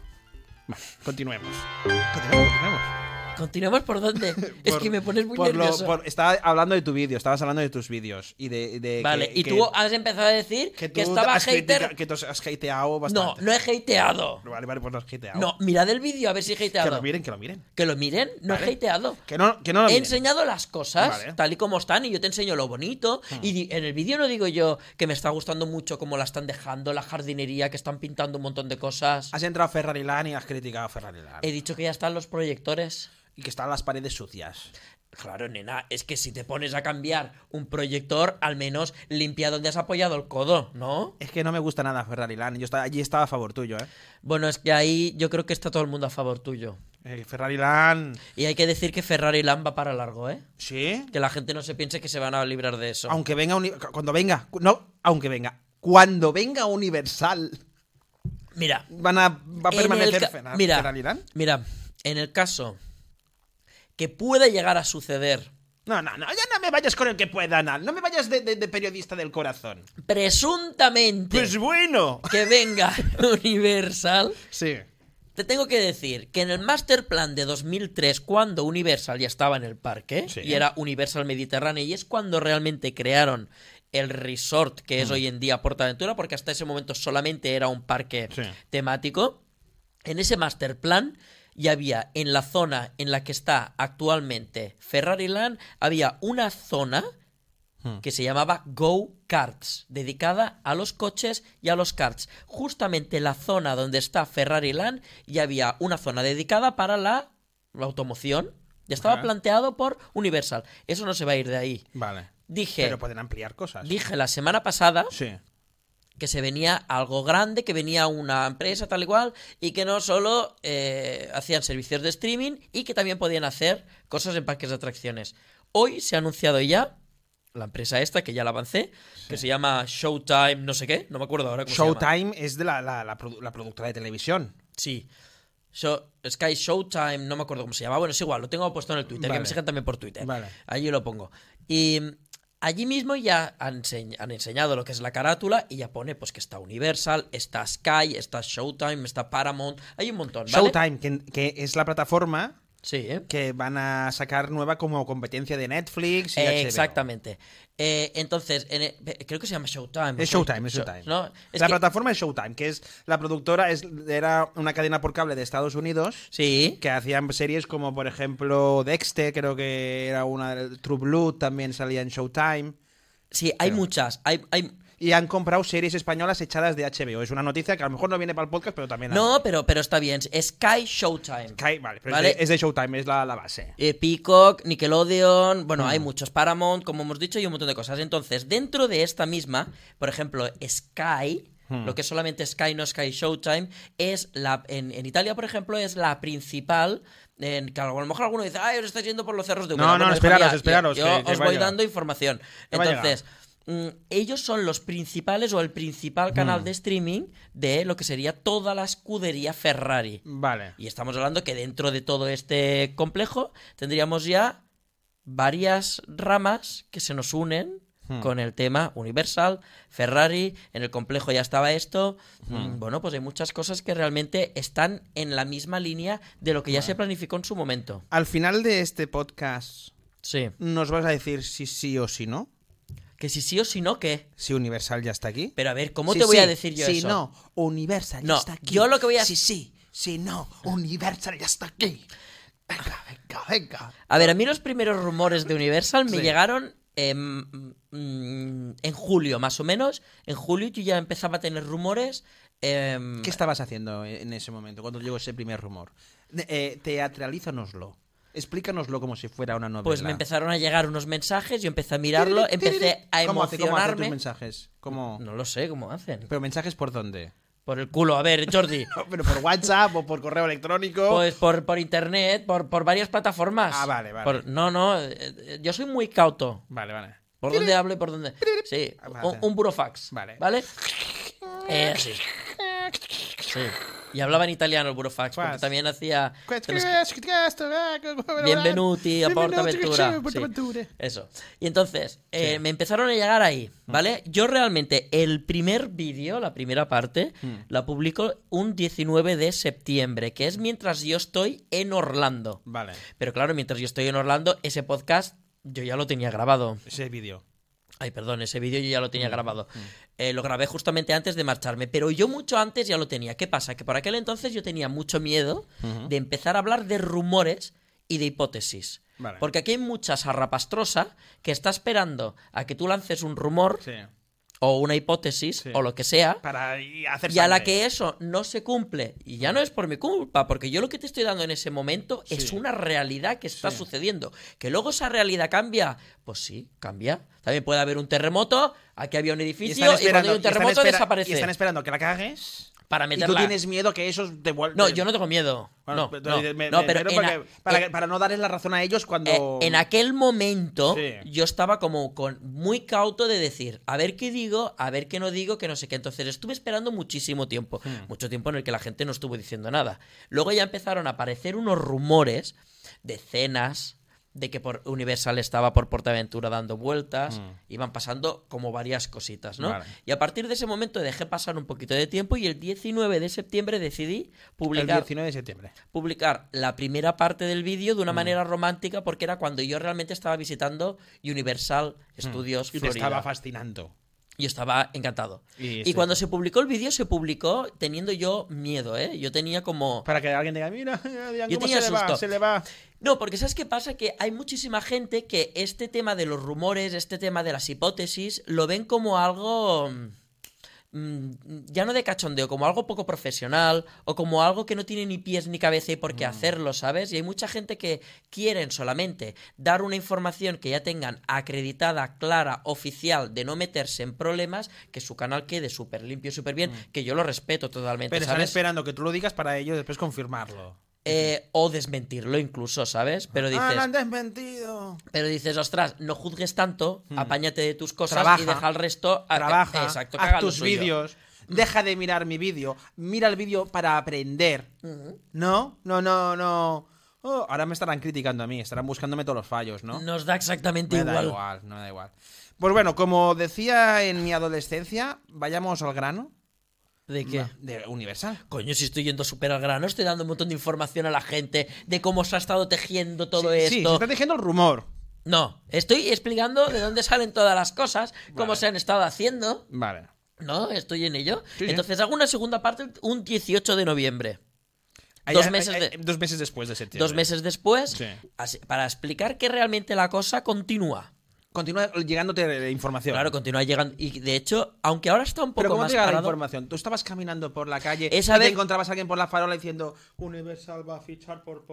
Speaker 2: Vale, continuemos. Continuemos, continuemos.
Speaker 3: Continuamos por dónde. es
Speaker 2: Por-
Speaker 3: que me pones muy
Speaker 2: por lo-
Speaker 3: nervioso.
Speaker 2: por- estaba hablando de tu vídeo, estabas hablando de tus vídeos. Y de, de
Speaker 3: vale,
Speaker 2: que-
Speaker 3: y
Speaker 2: que-
Speaker 3: tú has empezado a decir que,
Speaker 2: que, tú
Speaker 3: estaba
Speaker 2: has critica-
Speaker 3: hater.
Speaker 2: que tú has hateado
Speaker 3: No,
Speaker 2: bastante.
Speaker 3: no he hateado.
Speaker 2: Vale, vale, pues no has hateado.
Speaker 3: No, mirad el vídeo a ver si he
Speaker 2: que
Speaker 3: hateado.
Speaker 2: lo miren, que lo miren.
Speaker 3: Que lo miren, no
Speaker 2: Vale.
Speaker 3: he hateado.
Speaker 2: Que no, que no lo
Speaker 3: He
Speaker 2: miren.
Speaker 3: enseñado las cosas
Speaker 2: Vale.
Speaker 3: tal y como están y yo te enseño lo bonito. Y di- en el vídeo no digo yo que me está gustando mucho cómo la están dejando, la jardinería, que están pintando un montón de cosas.
Speaker 2: Has entrado a Ferrari Land y has criticado a Ferrari Land.
Speaker 3: He dicho que ya están los proyectores.
Speaker 2: Y que están las paredes sucias.
Speaker 3: Claro, nena, es que si te pones a cambiar un proyector, al menos limpia donde has apoyado el codo, ¿no?
Speaker 2: Es que no me gusta nada Ferrari Land. Yo estaba, allí estaba a favor tuyo, ¿eh?
Speaker 3: Bueno, es que ahí yo creo que está todo el mundo a favor tuyo.
Speaker 2: Eh, Ferrari Land.
Speaker 3: Y hay que decir que Ferrari Land va para largo, ¿eh?
Speaker 2: Sí.
Speaker 3: Que la gente no se piense que se van a librar de eso.
Speaker 2: Aunque venga. Uni- Cuando venga. cu- No, aunque venga. Cuando venga Universal.
Speaker 3: Mira,
Speaker 2: Van a, va a
Speaker 3: En el
Speaker 2: permanecer
Speaker 3: ca-
Speaker 2: Ferra-
Speaker 3: mira,
Speaker 2: Ferrari Land.
Speaker 3: Mira, en el caso que pueda llegar a suceder,
Speaker 2: No, no, no. Ya no me vayas con el que pueda, Nal. No me vayas de, de- de periodista del corazón.
Speaker 3: presuntamente
Speaker 2: Pues bueno.
Speaker 3: que venga Universal,
Speaker 2: Sí.
Speaker 3: te tengo que decir que en el master plan de 2003, cuando Universal ya estaba en el parque,
Speaker 2: Sí.
Speaker 3: y era Universal Mediterráneo, y es cuando realmente crearon el resort que
Speaker 2: Mm.
Speaker 3: es hoy en día Portaventura, porque hasta ese momento solamente era un parque
Speaker 2: Sí.
Speaker 3: temático, en ese master plan ya había en la zona en la que está actualmente Ferrari Land, había una zona que se llamaba Go Karts, dedicada a los coches y a los karts. Justamente la zona donde está Ferrari Land ya había una zona dedicada para la, la automoción. Ya estaba
Speaker 2: Ajá.
Speaker 3: planteado por Universal. Eso no se va a ir de ahí.
Speaker 2: Vale.
Speaker 3: Dije,
Speaker 2: pues, Pero pueden ampliar cosas.
Speaker 3: dije la semana pasada
Speaker 2: Sí.
Speaker 3: que se venía algo grande, que venía una empresa tal y cual, y que no solo eh, hacían servicios de streaming y que también podían hacer cosas en parques de atracciones. Hoy se ha anunciado ya la empresa esta, que ya la avancé, que se llama Showtime, no sé qué, no me acuerdo ahora cómo se llama.
Speaker 2: Showtime es de la, la- la produ- la productora de televisión.
Speaker 3: Sí. Show- Sky Showtime, no me acuerdo cómo se llama. Bueno, es igual, lo tengo puesto en el Twitter, que
Speaker 2: Vale.
Speaker 3: me sigan también por Twitter.
Speaker 2: Vale.
Speaker 3: Allí lo pongo. Y mm, allí mismo ya han, enseñ- han enseñado lo que es la carátula y ya pone pues que está Universal, está Sky, está Showtime, está Paramount. Hay un montón, ¿vale?
Speaker 2: Showtime, que, que es la plataforma
Speaker 3: Sí, ¿eh?
Speaker 2: que van a sacar nueva como competencia de Netflix y
Speaker 3: Eh,
Speaker 2: HBO.
Speaker 3: exactamente. Eh, entonces, en el- pe- creo que se llama Showtime. o
Speaker 2: Es
Speaker 3: Show-
Speaker 2: Showtime, es
Speaker 3: Show-
Speaker 2: Showtime.
Speaker 3: ¿no? Es
Speaker 2: la
Speaker 3: que-
Speaker 2: plataforma es Showtime, que es la productora, es, era una cadena por cable de Estados Unidos
Speaker 3: Sí.
Speaker 2: que hacían series como, por ejemplo, Dexter, creo que era una de True Blue, también salía en Showtime.
Speaker 3: Sí, hay muchas. Hay, hay,
Speaker 2: Y han comprado series españolas echadas de HBO. Es una noticia que a lo mejor no viene para el podcast, pero también...
Speaker 3: no, pero, pero está bien. Sky Showtime.
Speaker 2: Hay, vale, pero
Speaker 3: Vale.
Speaker 2: Es, de, es de Showtime, es la, la base.
Speaker 3: Eh, Peacock, Nickelodeon, bueno,
Speaker 2: Mm.
Speaker 3: hay muchos, Paramount, como hemos dicho, y un montón de cosas. Entonces, dentro de esta misma, por ejemplo, Sky,
Speaker 2: Mm.
Speaker 3: lo que es solamente Sky, no Sky Showtime, es la, en, en Italia, por ejemplo, es la principal, en, que a lo mejor alguno dice, ay, os estáis yendo por los cerros de
Speaker 2: No,
Speaker 3: Úbeda".
Speaker 2: no,
Speaker 3: Bueno, hija
Speaker 2: esperaros,
Speaker 3: mía,
Speaker 2: esperaros,
Speaker 3: Yo,
Speaker 2: que- que
Speaker 3: os
Speaker 2: va a
Speaker 3: voy
Speaker 2: llegar.
Speaker 3: dando información.
Speaker 2: Que va a llegar.
Speaker 3: Entonces, Mm, ellos son los principales o el principal
Speaker 2: Mm.
Speaker 3: canal de streaming de lo que sería toda la escudería Ferrari.
Speaker 2: Vale.
Speaker 3: Y estamos hablando que dentro de todo este complejo tendríamos ya varias ramas que se nos unen
Speaker 2: Hmm.
Speaker 3: con el tema Universal, Ferrari, en el complejo ya estaba esto.
Speaker 2: Hmm.
Speaker 3: Mm, Bueno, pues hay muchas cosas que realmente están en la misma línea de lo que ya se planificó en su momento.
Speaker 2: Al final de este podcast,
Speaker 3: Sí.
Speaker 2: ¿nos vas a decir si sí o si no?
Speaker 3: Que si sí o si no, ¿qué?
Speaker 2: Si Universal ya está aquí.
Speaker 3: Pero a ver, ¿cómo
Speaker 2: Si
Speaker 3: te voy
Speaker 2: sí,
Speaker 3: a decir yo
Speaker 2: si
Speaker 3: eso?
Speaker 2: no, Universal
Speaker 3: No,
Speaker 2: ya está aquí.
Speaker 3: yo lo que voy a-
Speaker 2: Si sí, si no, Universal ya está aquí. Venga, venga, venga.
Speaker 3: A ver, a mí los primeros rumores de Universal me
Speaker 2: Sí.
Speaker 3: llegaron em, mm, en julio, más o menos. En julio yo ya empezaba a tener rumores. em,
Speaker 2: ¿Qué estabas haciendo en ese momento, cuando llegó ese primer rumor? Ne- Eh, teatralízanoslo. Explícanoslo como si fuera una novela.
Speaker 3: pues me empezaron a llegar unos mensajes, yo empecé a mirarlo, empecé a
Speaker 2: ¿Cómo hace- ¿Cómo hace tus
Speaker 3: emocionarme.
Speaker 2: mensajes? ¿Cómo-
Speaker 3: No lo sé cómo hacen.
Speaker 2: ¿Pero mensajes por dónde?
Speaker 3: Por el culo. A ver, Jordi.
Speaker 2: Pero por WhatsApp o por correo electrónico.
Speaker 3: Pues por, por internet, por, por varias plataformas.
Speaker 2: Ah, vale, vale.
Speaker 3: Por- no, no, eh, eh, yo soy muy cauto.
Speaker 2: Vale, vale.
Speaker 3: ¿Por dónde hablo y por dónde? Sí,
Speaker 2: Ah,
Speaker 3: un,
Speaker 2: vale.
Speaker 3: un burofax.
Speaker 2: Vale.
Speaker 3: ¿Vale? Eh, sí. Sí. Y hablaba en italiano el burofax, porque
Speaker 2: Pues.
Speaker 3: también hacía...
Speaker 2: Bienvenuti
Speaker 3: eh, Bienvenuti a Portaventura. Sí, eso. Y entonces, eh, me empezaron a llegar ahí, ¿vale? Yo realmente el primer vídeo, la primera parte,
Speaker 2: Hmm.
Speaker 3: la publico un 19 de septiembre, que es mientras yo estoy en Orlando.
Speaker 2: Vale,
Speaker 3: Pero claro, mientras yo estoy en Orlando, ese podcast yo ya lo tenía grabado.
Speaker 2: ese vídeo.
Speaker 3: Ay, perdón, ese vídeo yo ya lo tenía
Speaker 2: Mm,
Speaker 3: grabado. Eh, lo grabé justamente antes de marcharme, pero yo mucho antes ya lo tenía. ¿Qué pasa? Que por aquel entonces yo tenía mucho miedo de empezar a hablar de rumores y de hipótesis.
Speaker 2: Vale.
Speaker 3: Porque aquí hay mucha sarrapastrosa que está esperando a que tú lances un rumor
Speaker 2: Sí.
Speaker 3: o una hipótesis
Speaker 2: Sí.
Speaker 3: o lo que sea.
Speaker 2: Para y hacer
Speaker 3: Y a la
Speaker 2: sangre.
Speaker 3: que eso no se cumple, y ya no es por mi culpa, porque yo lo que te estoy dando en ese momento es
Speaker 2: Sí.
Speaker 3: una realidad que está
Speaker 2: Sí.
Speaker 3: sucediendo. Que luego esa realidad cambia, pues sí, cambia. También puede haber un terremoto, aquí había un
Speaker 2: Y
Speaker 3: edificio,
Speaker 2: están
Speaker 3: y, cuando hay
Speaker 2: esperando-
Speaker 3: un
Speaker 2: y están
Speaker 3: terremoto
Speaker 2: espera-
Speaker 3: desaparece.
Speaker 2: Y están esperando que la cagues.
Speaker 3: para
Speaker 2: Y tú
Speaker 3: meterla.
Speaker 2: tienes miedo que eso te vuelva.
Speaker 3: No, yo no tengo miedo.
Speaker 2: Bueno,
Speaker 3: no,
Speaker 2: tú
Speaker 3: no,
Speaker 2: dices, me-
Speaker 3: no,
Speaker 2: me
Speaker 3: pero
Speaker 2: espero
Speaker 3: en a-
Speaker 2: porque- para,
Speaker 3: en-
Speaker 2: para no darles la razón a ellos cuando.
Speaker 3: Eh, en aquel momento
Speaker 2: Sí.
Speaker 3: yo estaba como con muy cauto de decir, a ver qué digo, a ver qué no digo, que no sé qué. Entonces estuve esperando muchísimo tiempo,
Speaker 2: Hmm.
Speaker 3: mucho tiempo en el que la gente no estuvo diciendo nada. Luego ya empezaron a aparecer unos rumores de cenas de que por Universal estaba por Portaventura dando vueltas, iban pasando como varias cositas, ¿no?
Speaker 2: Hmm. Vale.
Speaker 3: Y a partir de ese momento dejé pasar un poquito de tiempo y el 19 de septiembre decidí
Speaker 2: el
Speaker 3: publicar
Speaker 2: 19 de septiembre.
Speaker 3: publicar la primera parte del vídeo
Speaker 2: Mm.
Speaker 3: de una manera romántica porque era cuando yo realmente estaba visitando Universal Studios
Speaker 2: Mm. Y te
Speaker 3: Florida.
Speaker 2: estaba fascinando.
Speaker 3: yo estaba encantado.
Speaker 2: Y
Speaker 3: Y,
Speaker 2: estoy-
Speaker 3: cuando se publicó el vídeo se publicó teniendo yo miedo, ¿eh? Yo tenía como...
Speaker 2: Para que alguien diga, mira, Adrián,
Speaker 3: Yo
Speaker 2: ¿cómo
Speaker 3: tenía
Speaker 2: se le va?
Speaker 3: susto.
Speaker 2: Se le va.
Speaker 3: No, porque ¿sabes qué pasa? Que hay muchísima gente que este tema de los rumores, este tema de las hipótesis, lo ven como algo mm, mm, ya no de cachondeo, como algo poco profesional o como algo que no tiene ni pies ni cabeza y por
Speaker 2: Mm.
Speaker 3: qué hacerlo, ¿sabes? Y hay mucha gente que quieren solamente dar una información que ya tengan acreditada, clara, oficial, de no meterse en problemas, que su canal quede súper limpio, súper bien, que yo lo respeto totalmente,
Speaker 2: Mm. Pero están
Speaker 3: ¿sabes?
Speaker 2: esperando que tú lo digas para ellos después confirmarlo.
Speaker 3: Eh, o desmentirlo incluso, ¿sabes? Pero dices...
Speaker 2: ¡Ah, lo han desmentido!
Speaker 3: Pero dices, ostras, no juzgues tanto, apáñate de tus cosas
Speaker 2: Hmm. Trabaja.
Speaker 3: y deja al resto. a-
Speaker 2: Trabaja,
Speaker 3: exacto, que
Speaker 2: haz
Speaker 3: haga lo
Speaker 2: tus
Speaker 3: suyo.
Speaker 2: vídeos, deja de mirar mi vídeo, mira el vídeo para aprender. No, no, no, no. Oh, ahora me estarán criticando a mí, estarán buscándome todos los fallos, ¿no?
Speaker 3: Nos da exactamente
Speaker 2: me da
Speaker 3: igual.
Speaker 2: igual, no me da igual. Pues bueno, como decía en mi adolescencia, vayamos al grano
Speaker 3: ¿De qué?
Speaker 2: de Universal.
Speaker 3: Coño, si estoy yendo súper al grano, estoy dando un montón de información a la gente de cómo se ha estado tejiendo todo
Speaker 2: Sí, Sí, se
Speaker 3: esto.
Speaker 2: está tejiendo el rumor.
Speaker 3: No, estoy explicando de dónde salen todas las cosas, cómo se han estado haciendo.
Speaker 2: Vale.
Speaker 3: No, estoy en ello.
Speaker 2: Sí, sí.
Speaker 3: Entonces hago una segunda parte un 18 de noviembre.
Speaker 2: Ahí-
Speaker 3: Dos
Speaker 2: ahí-
Speaker 3: meses
Speaker 2: ahí-
Speaker 3: de-
Speaker 2: dos meses después de septiembre.
Speaker 3: Dos meses después,
Speaker 2: Sí.
Speaker 3: así- para explicar que realmente la cosa continúa.
Speaker 2: Continúa llegándote la información.
Speaker 3: Claro, continúa llegando. Y de hecho, aunque ahora está un poco
Speaker 2: Pero ¿cómo
Speaker 3: más
Speaker 2: te llega la
Speaker 3: parado-
Speaker 2: información? Tú estabas caminando por la calle
Speaker 3: Esa
Speaker 2: y te
Speaker 3: vez-
Speaker 2: encontrabas a alguien por la farola diciendo Universal va a fichar por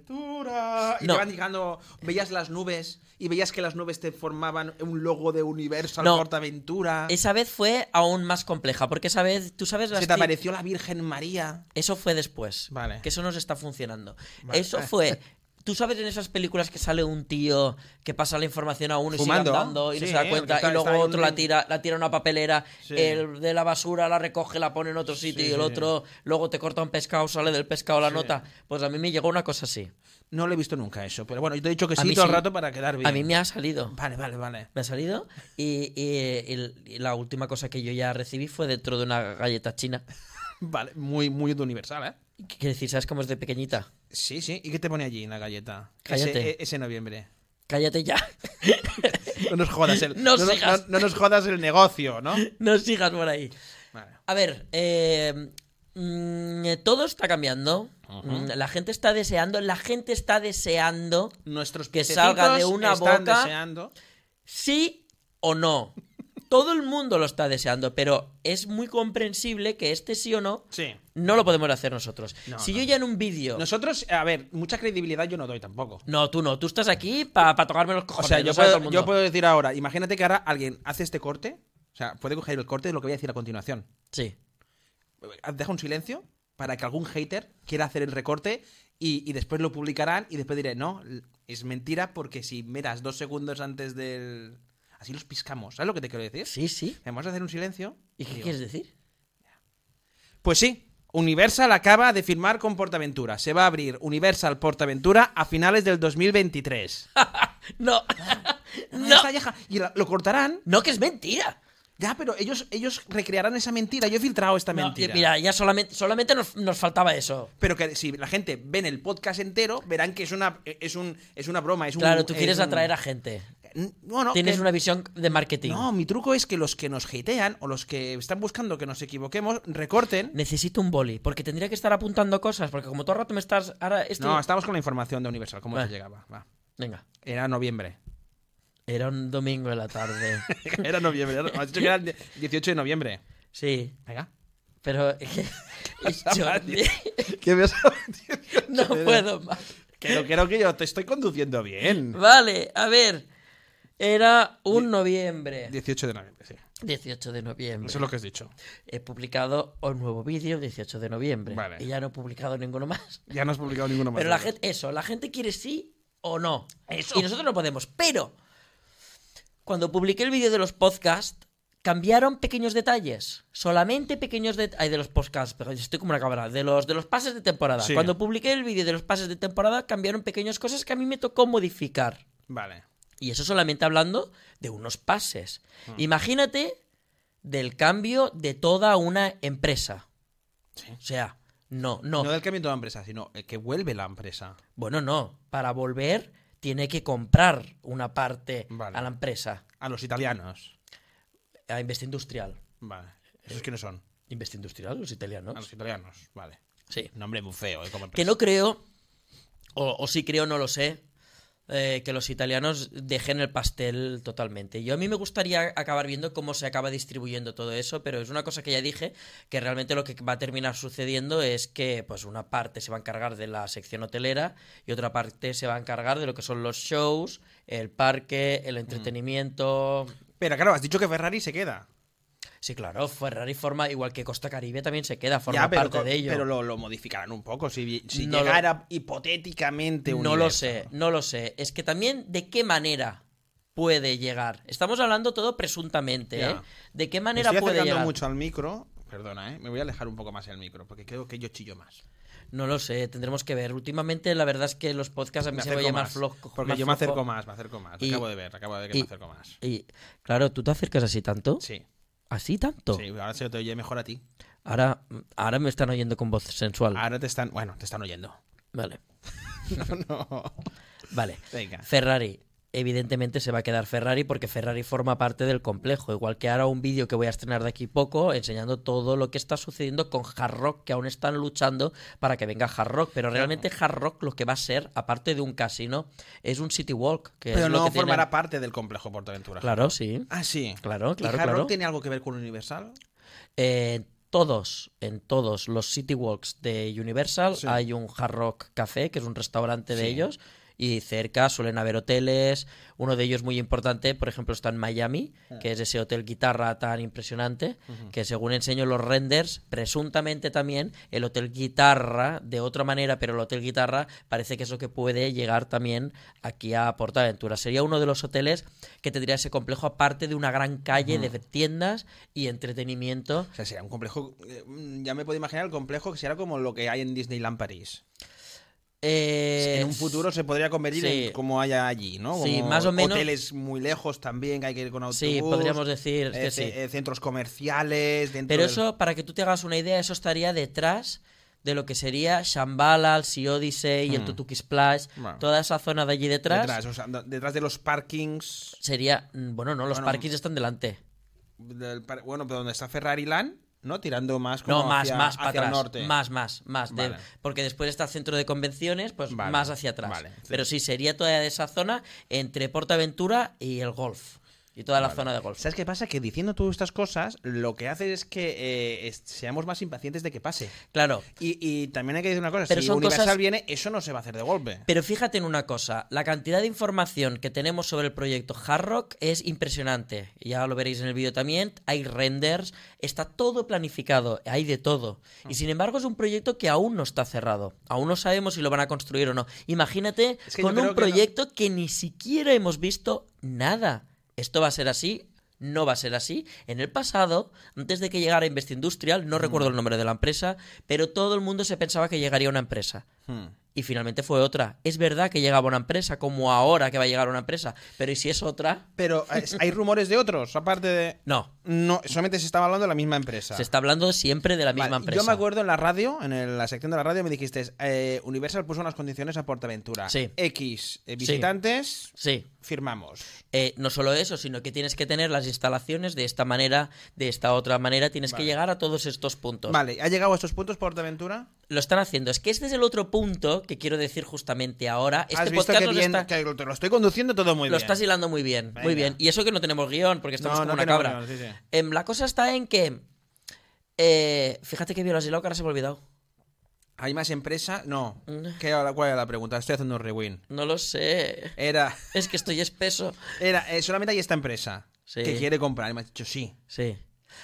Speaker 2: Portaventura. Y
Speaker 3: No.
Speaker 2: te van llegando, veías las nubes y veías que las nubes te formaban un logo de Universal
Speaker 3: No.
Speaker 2: Portaventura.
Speaker 3: Esa vez fue aún más compleja, porque esa vez, tú sabes las
Speaker 2: Se te
Speaker 3: ti-
Speaker 2: apareció la Virgen María.
Speaker 3: Eso fue después.
Speaker 2: Vale.
Speaker 3: Que eso nos está funcionando.
Speaker 2: Vale.
Speaker 3: Eso fue. Tú sabes en esas películas que sale un tío que pasa la información a uno
Speaker 2: Fumando.
Speaker 3: y sigue andando y no
Speaker 2: Sí,
Speaker 3: se da
Speaker 2: que
Speaker 3: cuenta
Speaker 2: está-
Speaker 3: y luego
Speaker 2: está en
Speaker 3: otro la
Speaker 2: un-
Speaker 3: tira, la tira a una papelera,
Speaker 2: Sí.
Speaker 3: el de la basura la recoge, la pone en otro sitio
Speaker 2: Sí,
Speaker 3: y el
Speaker 2: sí, sí.
Speaker 3: otro luego te corta un pescado, sale del pescado la nota. Pues a mí me llegó una cosa así.
Speaker 2: No lo he visto nunca eso, pero bueno, yo te he dicho que
Speaker 3: A
Speaker 2: sí
Speaker 3: mí
Speaker 2: todo el
Speaker 3: sí.
Speaker 2: rato para quedar bien.
Speaker 3: A mí me ha salido.
Speaker 2: Vale, vale, vale.
Speaker 3: Me ha salido. Y, y- y l- y la última cosa que yo ya recibí fue dentro de una galleta china.
Speaker 2: Vale, muy, muy de Universal, ¿eh?
Speaker 3: ¿Qué quiere decir? ¿Sabes cómo es de pequeñita?
Speaker 2: Sí, sí. ¿Y qué te pone allí en la galleta?
Speaker 3: Cállate.
Speaker 2: Ese, ese noviembre.
Speaker 3: Cállate ya.
Speaker 2: No nos jodas el,
Speaker 3: No
Speaker 2: no-
Speaker 3: sigas.
Speaker 2: no- no nos jodas el negocio, ¿no?
Speaker 3: no sigas por ahí.
Speaker 2: Vale.
Speaker 3: A ver, eh, mm, todo está cambiando. Mm, La gente está deseando, la gente está deseando
Speaker 2: nuestros
Speaker 3: Que salga de
Speaker 2: pececitos
Speaker 3: una
Speaker 2: están
Speaker 3: boca.
Speaker 2: deseando.
Speaker 3: sí o no. Todo el mundo lo está deseando, pero es muy comprensible que este sí o no
Speaker 2: Sí.
Speaker 3: no lo podemos hacer nosotros.
Speaker 2: No,
Speaker 3: si
Speaker 2: no.
Speaker 3: yo ya en un vídeo...
Speaker 2: Nosotros, a ver, mucha credibilidad yo no doy tampoco.
Speaker 3: No, tú no, tú estás aquí para tocarme los
Speaker 2: O
Speaker 3: cojones.
Speaker 2: sea,
Speaker 3: lo
Speaker 2: yo
Speaker 3: sabe todo el
Speaker 2: puedo,
Speaker 3: mundo.
Speaker 2: yo puedo decir ahora, imagínate que ahora alguien hace este corte, o sea, puede coger el corte de lo que voy a decir a continuación.
Speaker 3: Sí.
Speaker 2: Deja un silencio para que algún hater quiera hacer el recorte y, y después lo publicarán y después diré, no, es mentira porque si miras dos segundos antes del... Así los piscamos, ¿sabes lo que te quiero decir?
Speaker 3: Sí, sí.
Speaker 2: Vamos a hacer un silencio.
Speaker 3: ¿Y qué
Speaker 2: digo,
Speaker 3: quieres decir?
Speaker 2: Pues sí, Universal acaba de firmar con Portaventura. Se va a abrir Universal Portaventura a finales del 2023.
Speaker 3: No.
Speaker 2: Ah,
Speaker 3: no.
Speaker 2: está, ya, ja. Y la- lo cortarán.
Speaker 3: No, que es mentira.
Speaker 2: Ya, pero ellos, ellos recrearán esa mentira. Yo he filtrado esta
Speaker 3: No,
Speaker 2: mentira.
Speaker 3: mira, ya solamente, solamente nos, nos faltaba eso.
Speaker 2: Pero que si la gente ven el podcast entero, verán que es una, es un, es una broma. Es un-
Speaker 3: Claro, tú
Speaker 2: es
Speaker 3: quieres
Speaker 2: un-
Speaker 3: atraer a gente.
Speaker 2: No, no,
Speaker 3: Tienes
Speaker 2: que-
Speaker 3: una visión de marketing.
Speaker 2: No, mi truco es que los que nos hatean o los que están buscando que nos equivoquemos, recorten.
Speaker 3: Necesito un boli, porque tendría que estar apuntando cosas, porque como todo el rato me estás... Ahora esto...
Speaker 2: No, estamos con la información de Universal. ¿Cómo
Speaker 3: Vale.
Speaker 2: te llegaba? Va.
Speaker 3: Venga.
Speaker 2: Era noviembre.
Speaker 3: Era un domingo en la tarde.
Speaker 2: Era noviembre, era- me has dicho que era el 18 de noviembre.
Speaker 3: sí,
Speaker 2: Venga.
Speaker 3: pero... Jordi,
Speaker 2: Que me has-
Speaker 3: no puedo más.
Speaker 2: Que no creo que yo te estoy conduciendo bien.
Speaker 3: Vale, a ver. Era un noviembre.
Speaker 2: 18 de noviembre, sí.
Speaker 3: 18 de noviembre.
Speaker 2: Eso es lo que has dicho.
Speaker 3: He publicado un nuevo vídeo 18 de noviembre.
Speaker 2: Vale.
Speaker 3: Y ya no he publicado ninguno más.
Speaker 2: Ya no has publicado ninguno más.
Speaker 3: Pero la gente, eso, la gente quiere sí o no. Y nosotros no podemos. Pero cuando publiqué el vídeo de los podcasts, cambiaron pequeños detalles. Solamente pequeños detalles. Ay, de los podcasts, pero estoy como una cabra. De los, de los pases de temporada.
Speaker 2: Sí.
Speaker 3: Cuando publiqué el vídeo de los pases de temporada, cambiaron pequeñas cosas que a mí me tocó modificar.
Speaker 2: Vale.
Speaker 3: Y eso solamente hablando de unos pases.
Speaker 2: Ah.
Speaker 3: Imagínate del cambio de toda una empresa. O sea, no, no.
Speaker 2: No del cambio de toda empresa, sino el que vuelve la empresa.
Speaker 3: Bueno, no. Para volver tiene que comprar una parte
Speaker 2: Vale.
Speaker 3: a la empresa,
Speaker 2: A los italianos.
Speaker 3: a Investindustrial.
Speaker 2: Vale. ¿Esos quiénes son?
Speaker 3: Investindustrial, los italianos.
Speaker 2: A los italianos. Vale.
Speaker 3: Sí.
Speaker 2: Nombre muy feo, ¿eh? Como
Speaker 3: Que
Speaker 2: empresa.
Speaker 3: no creo, o, o sí creo, no lo sé, eh, que los italianos dejen el pastel totalmente. Yo a mí me gustaría acabar viendo cómo se acaba distribuyendo todo eso, pero es una cosa que ya dije, que realmente lo que va a terminar sucediendo es que pues una parte se va a encargar de la sección hotelera y otra parte se va a encargar de lo que son los shows, el parque,
Speaker 2: Mm.
Speaker 3: el entretenimiento.
Speaker 2: Pero claro, has dicho que Ferrari se queda.
Speaker 3: Sí, claro, Ferrari forma, igual que Costa Caribe también se queda, forma
Speaker 2: Ya, pero,
Speaker 3: parte
Speaker 2: co-
Speaker 3: de ello.
Speaker 2: pero lo, lo modificarán un poco. Si, si
Speaker 3: No lo-
Speaker 2: llegara hipotéticamente un.
Speaker 3: No lo
Speaker 2: este universo.
Speaker 3: sé, no lo sé. Es que también de qué manera puede llegar. Estamos hablando todo presuntamente,
Speaker 2: Ya.
Speaker 3: ¿eh? De qué
Speaker 2: Me
Speaker 3: manera
Speaker 2: estoy
Speaker 3: puede
Speaker 2: acercando
Speaker 3: llegar.
Speaker 2: mucho al micro. Perdona, ¿eh? Me voy a alejar un poco más del micro, porque creo que yo chillo más.
Speaker 3: No lo sé, tendremos que ver. Últimamente la verdad es que los podcasts a mí
Speaker 2: Me
Speaker 3: se me
Speaker 2: acerco
Speaker 3: oye más
Speaker 2: más,
Speaker 3: flojo.
Speaker 2: Porque
Speaker 3: más
Speaker 2: yo me
Speaker 3: flojo.
Speaker 2: acerco más, me acerco más.
Speaker 3: Y-
Speaker 2: acabo de ver, acabo de ver que
Speaker 3: y-
Speaker 2: me acerco más.
Speaker 3: Y claro, ¿tú te acercas así tanto?
Speaker 2: Sí,
Speaker 3: ¿Así tanto?
Speaker 2: sí, ahora se te oye mejor a ti.
Speaker 3: Ahora, ahora me están oyendo con voz sensual.
Speaker 2: Ahora te están, bueno, te están oyendo.
Speaker 3: Vale,
Speaker 2: Ah. No, no.
Speaker 3: vale.
Speaker 2: Venga.
Speaker 3: Ferrari. Evidentemente se va a quedar Ferrari porque Ferrari forma parte del complejo. Igual que ahora un vídeo que voy a estrenar de aquí poco enseñando todo lo que está sucediendo con Hard Rock, que aún están luchando para que venga Hard Rock. Pero realmente Hard Rock lo que va a ser, aparte de un casino, es un City Walk. Que
Speaker 2: Pero
Speaker 3: es lo
Speaker 2: no
Speaker 3: que tienen-
Speaker 2: formará parte del complejo Portaventura.
Speaker 3: Claro, sí.
Speaker 2: Ah, sí.
Speaker 3: Claro,
Speaker 2: ¿Y
Speaker 3: claro,
Speaker 2: Hard Rock
Speaker 3: claro.
Speaker 2: tiene algo que ver con Universal?
Speaker 3: Eh, todos, en todos los City Walks de Universal
Speaker 2: Sí.
Speaker 3: hay un Hard Rock Café, que es un restaurante de
Speaker 2: Sí.
Speaker 3: ellos, y cerca suelen haber hoteles. Uno de ellos muy importante, por ejemplo, está en Miami,
Speaker 2: Ah.
Speaker 3: que es ese hotel guitarra tan impresionante, que según enseño los renders, presuntamente también el hotel guitarra, de otra manera, pero el hotel guitarra parece que es lo que puede llegar también aquí a Portaventura. Sería uno de los hoteles que tendría ese complejo aparte de una gran calle de tiendas y entretenimiento.
Speaker 2: O sea, será un complejo. eh, Ya me puedo imaginar el complejo que será como lo que hay en Disneyland París.
Speaker 3: Eh,
Speaker 2: en un futuro se podría convertir
Speaker 3: sí.
Speaker 2: en como haya allí, ¿no?
Speaker 3: Sí,
Speaker 2: Como
Speaker 3: más o menos.
Speaker 2: Hoteles muy lejos también, que hay que ir con autobús.
Speaker 3: Sí, podríamos decir que
Speaker 2: eh,
Speaker 3: sí.
Speaker 2: ce- eh, centros comerciales, dentro
Speaker 3: Pero
Speaker 2: del-
Speaker 3: eso, para que tú te hagas una idea, eso estaría detrás de lo que sería Shambhala, el Sea Odyssey, el Tutuki Splash,
Speaker 2: Hmm. Bueno.
Speaker 3: toda esa zona de allí detrás,
Speaker 2: Detrás, o sea, detrás de los parkings.
Speaker 3: sería... mm, Bueno, no, los
Speaker 2: Bueno,
Speaker 3: parkings están delante.
Speaker 2: del par- bueno, pero donde está Ferrari Land, ¿no? Tirando más como
Speaker 3: No, más,
Speaker 2: hacia,
Speaker 3: más para
Speaker 2: hacia el
Speaker 3: atrás.
Speaker 2: norte.
Speaker 3: Más, más, más. de-
Speaker 2: Vale.
Speaker 3: porque después está el centro de convenciones, pues
Speaker 2: Vale,
Speaker 3: más hacia atrás.
Speaker 2: vale, sí.
Speaker 3: Pero sí, sería toda esa zona entre Portaventura y el golf. Y toda la zona de golf.
Speaker 2: ¿Sabes qué pasa? Que diciendo todas estas cosas, lo que hace es que eh, es- seamos más impacientes de que pase.
Speaker 3: Claro.
Speaker 2: Y, y también hay que decir una cosa,
Speaker 3: Pero
Speaker 2: si
Speaker 3: son
Speaker 2: Universal
Speaker 3: cosas-
Speaker 2: viene, eso no se va a hacer de golpe.
Speaker 3: Pero fíjate en una cosa, la cantidad de información que tenemos sobre el proyecto Hard Rock es impresionante. Ya lo veréis en el vídeo también, hay renders, está todo planificado, hay de todo. Y sin embargo es un proyecto que aún no está cerrado, aún no sabemos si lo van a construir o no. Imagínate
Speaker 2: Es que yo
Speaker 3: con
Speaker 2: creo
Speaker 3: un
Speaker 2: que no-
Speaker 3: proyecto que ni siquiera hemos visto nada. ¿Esto va a ser así? No va a ser así. En el pasado, antes de que llegara Invest Industrial,
Speaker 2: Mm.
Speaker 3: no recuerdo el nombre de la empresa, pero todo el mundo se pensaba que llegaría una empresa.
Speaker 2: Hmm.
Speaker 3: Y finalmente fue otra. Es verdad que llegaba una empresa, como ahora que va a llegar una empresa. Pero ¿y si es otra?
Speaker 2: Pero eh, hay rumores de otros, aparte de...
Speaker 3: No.
Speaker 2: No, solamente se estaba hablando de la misma empresa.
Speaker 3: Se está hablando siempre de la misma
Speaker 2: Vale,
Speaker 3: empresa.
Speaker 2: Yo me acuerdo en la radio, en el- la sección de la radio, me dijiste, eh, Universal puso unas condiciones a Portaventura.
Speaker 3: Sí.
Speaker 2: X eh, visitantes,
Speaker 3: Sí.
Speaker 2: firmamos.
Speaker 3: Eh, no solo eso, sino que tienes que tener las instalaciones de esta manera, de esta otra manera. Tienes que
Speaker 2: Vale.
Speaker 3: llegar a todos estos puntos.
Speaker 2: Vale, ¿ha llegado a estos puntos Portaventura?
Speaker 3: Lo están haciendo. Es que este es el otro punto que quiero decir justamente ahora. Este
Speaker 2: Has visto
Speaker 3: podcast
Speaker 2: que,
Speaker 3: nos
Speaker 2: bien,
Speaker 3: está-
Speaker 2: que te lo estoy conduciendo todo muy
Speaker 3: lo
Speaker 2: bien.
Speaker 3: estás hilando muy bien, muy
Speaker 2: Venga.
Speaker 3: bien. Y eso que no tenemos guión, porque estamos
Speaker 2: No,
Speaker 3: como
Speaker 2: no
Speaker 3: una
Speaker 2: tenemos
Speaker 3: cabra.
Speaker 2: guión, sí, sí.
Speaker 3: Em, la cosa está en que. eh, fíjate que bien lo has hilado, que ahora se me ha olvidado.
Speaker 2: ¿Hay más empresa? No.
Speaker 3: Mm.
Speaker 2: ¿Qué, ahora- ¿Cuál era la pregunta? Estoy haciendo un rewind.
Speaker 3: No lo sé.
Speaker 2: Era,
Speaker 3: Es que estoy espeso.
Speaker 2: era eh, solamente hay esta empresa
Speaker 3: Sí.
Speaker 2: que quiere comprar. Y me has dicho sí.
Speaker 3: Sí.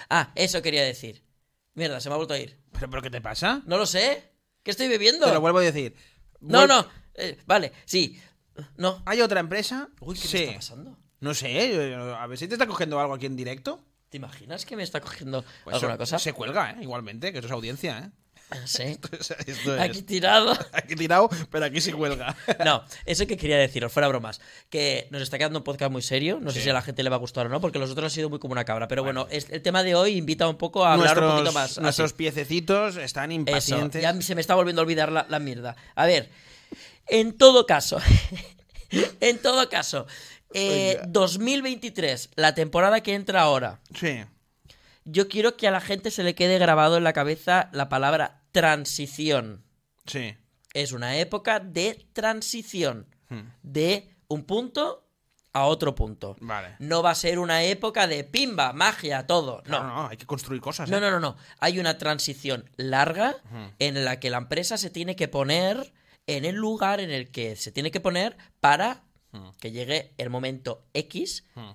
Speaker 3: Ah, eso quería decir. Mierda, se me ha vuelto a ir.
Speaker 2: ¿Pero, pero qué te pasa?
Speaker 3: No lo sé. ¿Qué estoy bebiendo?
Speaker 2: Te lo vuelvo a decir.
Speaker 3: no,
Speaker 2: Vuel-
Speaker 3: no. Eh, vale, sí. No.
Speaker 2: ¿Hay otra empresa?
Speaker 3: Uy, ¿qué
Speaker 2: sí.
Speaker 3: me está pasando?
Speaker 2: No sé, yo- yo- a ver si te está cogiendo algo aquí en directo.
Speaker 3: ¿Te imaginas que me está cogiendo
Speaker 2: Pues
Speaker 3: alguna
Speaker 2: eso
Speaker 3: cosa?
Speaker 2: Se cuelga, ¿eh? Igualmente, que esto es audiencia, ¿eh?
Speaker 3: Sí.
Speaker 2: O sea, esto es-
Speaker 3: Aquí tirado.
Speaker 2: aquí tirado, pero aquí se cuelga.
Speaker 3: Pues No, eso que quería deciros, fuera bromas, que nos está quedando un podcast muy serio, no sé
Speaker 2: Sí.
Speaker 3: si a la gente le va a gustar o no, porque los otros han sido muy como una cabra, pero bueno, es- el tema de hoy invita un poco a hablar un poquito más. así.
Speaker 2: nuestros piececitos están
Speaker 3: Eso,
Speaker 2: impacientes.
Speaker 3: ya se me está volviendo a olvidar la, la mierda. A ver, en todo caso, en todo caso, eh, 2023, la temporada que entra ahora,
Speaker 2: Sí.
Speaker 3: yo quiero que a la gente se le quede grabado en la cabeza la palabra transición.
Speaker 2: Sí. Hmm.
Speaker 3: Es una época de transición, de un punto a otro punto.
Speaker 2: Vale.
Speaker 3: No va a ser una época de pimba, magia, todo.
Speaker 2: No,
Speaker 3: No.
Speaker 2: no, hay que construir cosas.
Speaker 3: No,
Speaker 2: ¿eh?
Speaker 3: no, no, no. Hay una transición larga en la que la empresa se tiene que poner en el lugar en el que se tiene que poner para que llegue el momento X
Speaker 2: Hmm.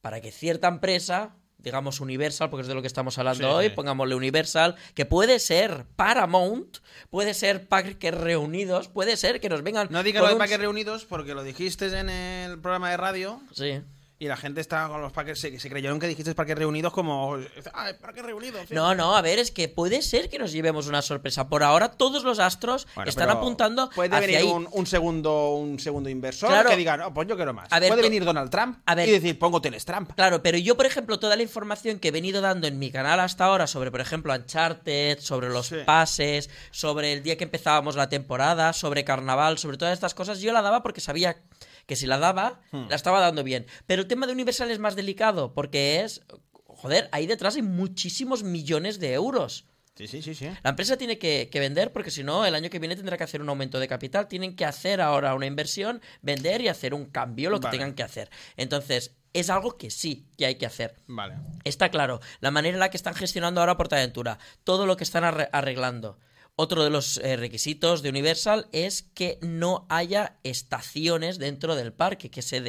Speaker 3: para que cierta empresa, digamos Universal, porque es de lo que estamos hablando
Speaker 2: Sí,
Speaker 3: hoy,
Speaker 2: sí.
Speaker 3: pongámosle Universal, que puede ser Paramount, puede ser Parques Reunidos, puede ser que nos vengan.
Speaker 2: No digas
Speaker 3: con
Speaker 2: lo de
Speaker 3: un-
Speaker 2: Packers reunidos porque lo dijiste en el programa de radio
Speaker 3: Sí.
Speaker 2: y la gente estaba con los Packers. Se, se creyeron que dijiste Packers reunidos como. ¡Ah, Packers reunidos! sí".
Speaker 3: No, no, a ver, es que puede ser que nos llevemos una sorpresa. Por ahora todos los astros
Speaker 2: Bueno,
Speaker 3: están
Speaker 2: pero
Speaker 3: apuntando
Speaker 2: Puede
Speaker 3: hacia
Speaker 2: venir
Speaker 3: ahí.
Speaker 2: Un, un segundo, un segundo inversor
Speaker 3: Claro.
Speaker 2: que diga, no, pues yo quiero más.
Speaker 3: A ver,
Speaker 2: puede
Speaker 3: to-
Speaker 2: venir Donald Trump
Speaker 3: a ver.
Speaker 2: y decir, pongo Telestrump.
Speaker 3: Claro, pero yo, por ejemplo, toda la información que he venido dando en mi canal hasta ahora sobre, por ejemplo, Uncharted, sobre los
Speaker 2: Sí.
Speaker 3: pases, sobre el día que empezábamos la temporada, sobre carnaval, sobre todas estas cosas, yo la daba porque sabía que si la daba,
Speaker 2: Hmm.
Speaker 3: la estaba dando bien. Pero el tema de Universal es más delicado porque es, joder, ahí detrás hay muchísimos millones de euros.
Speaker 2: Sí, sí, sí, sí.
Speaker 3: La empresa tiene que, que vender porque si no, el año que viene tendrá que hacer un aumento de capital. Tienen que hacer ahora una inversión, vender y hacer un cambio, lo que
Speaker 2: Vale.
Speaker 3: tengan que hacer. Entonces, es algo que sí que hay que hacer.
Speaker 2: Vale.
Speaker 3: Está claro, la manera en la que están gestionando ahora PortAventura, todo lo que están arre- arreglando. Otro de los eh, requisitos de Universal es que no haya estaciones dentro del parque, que se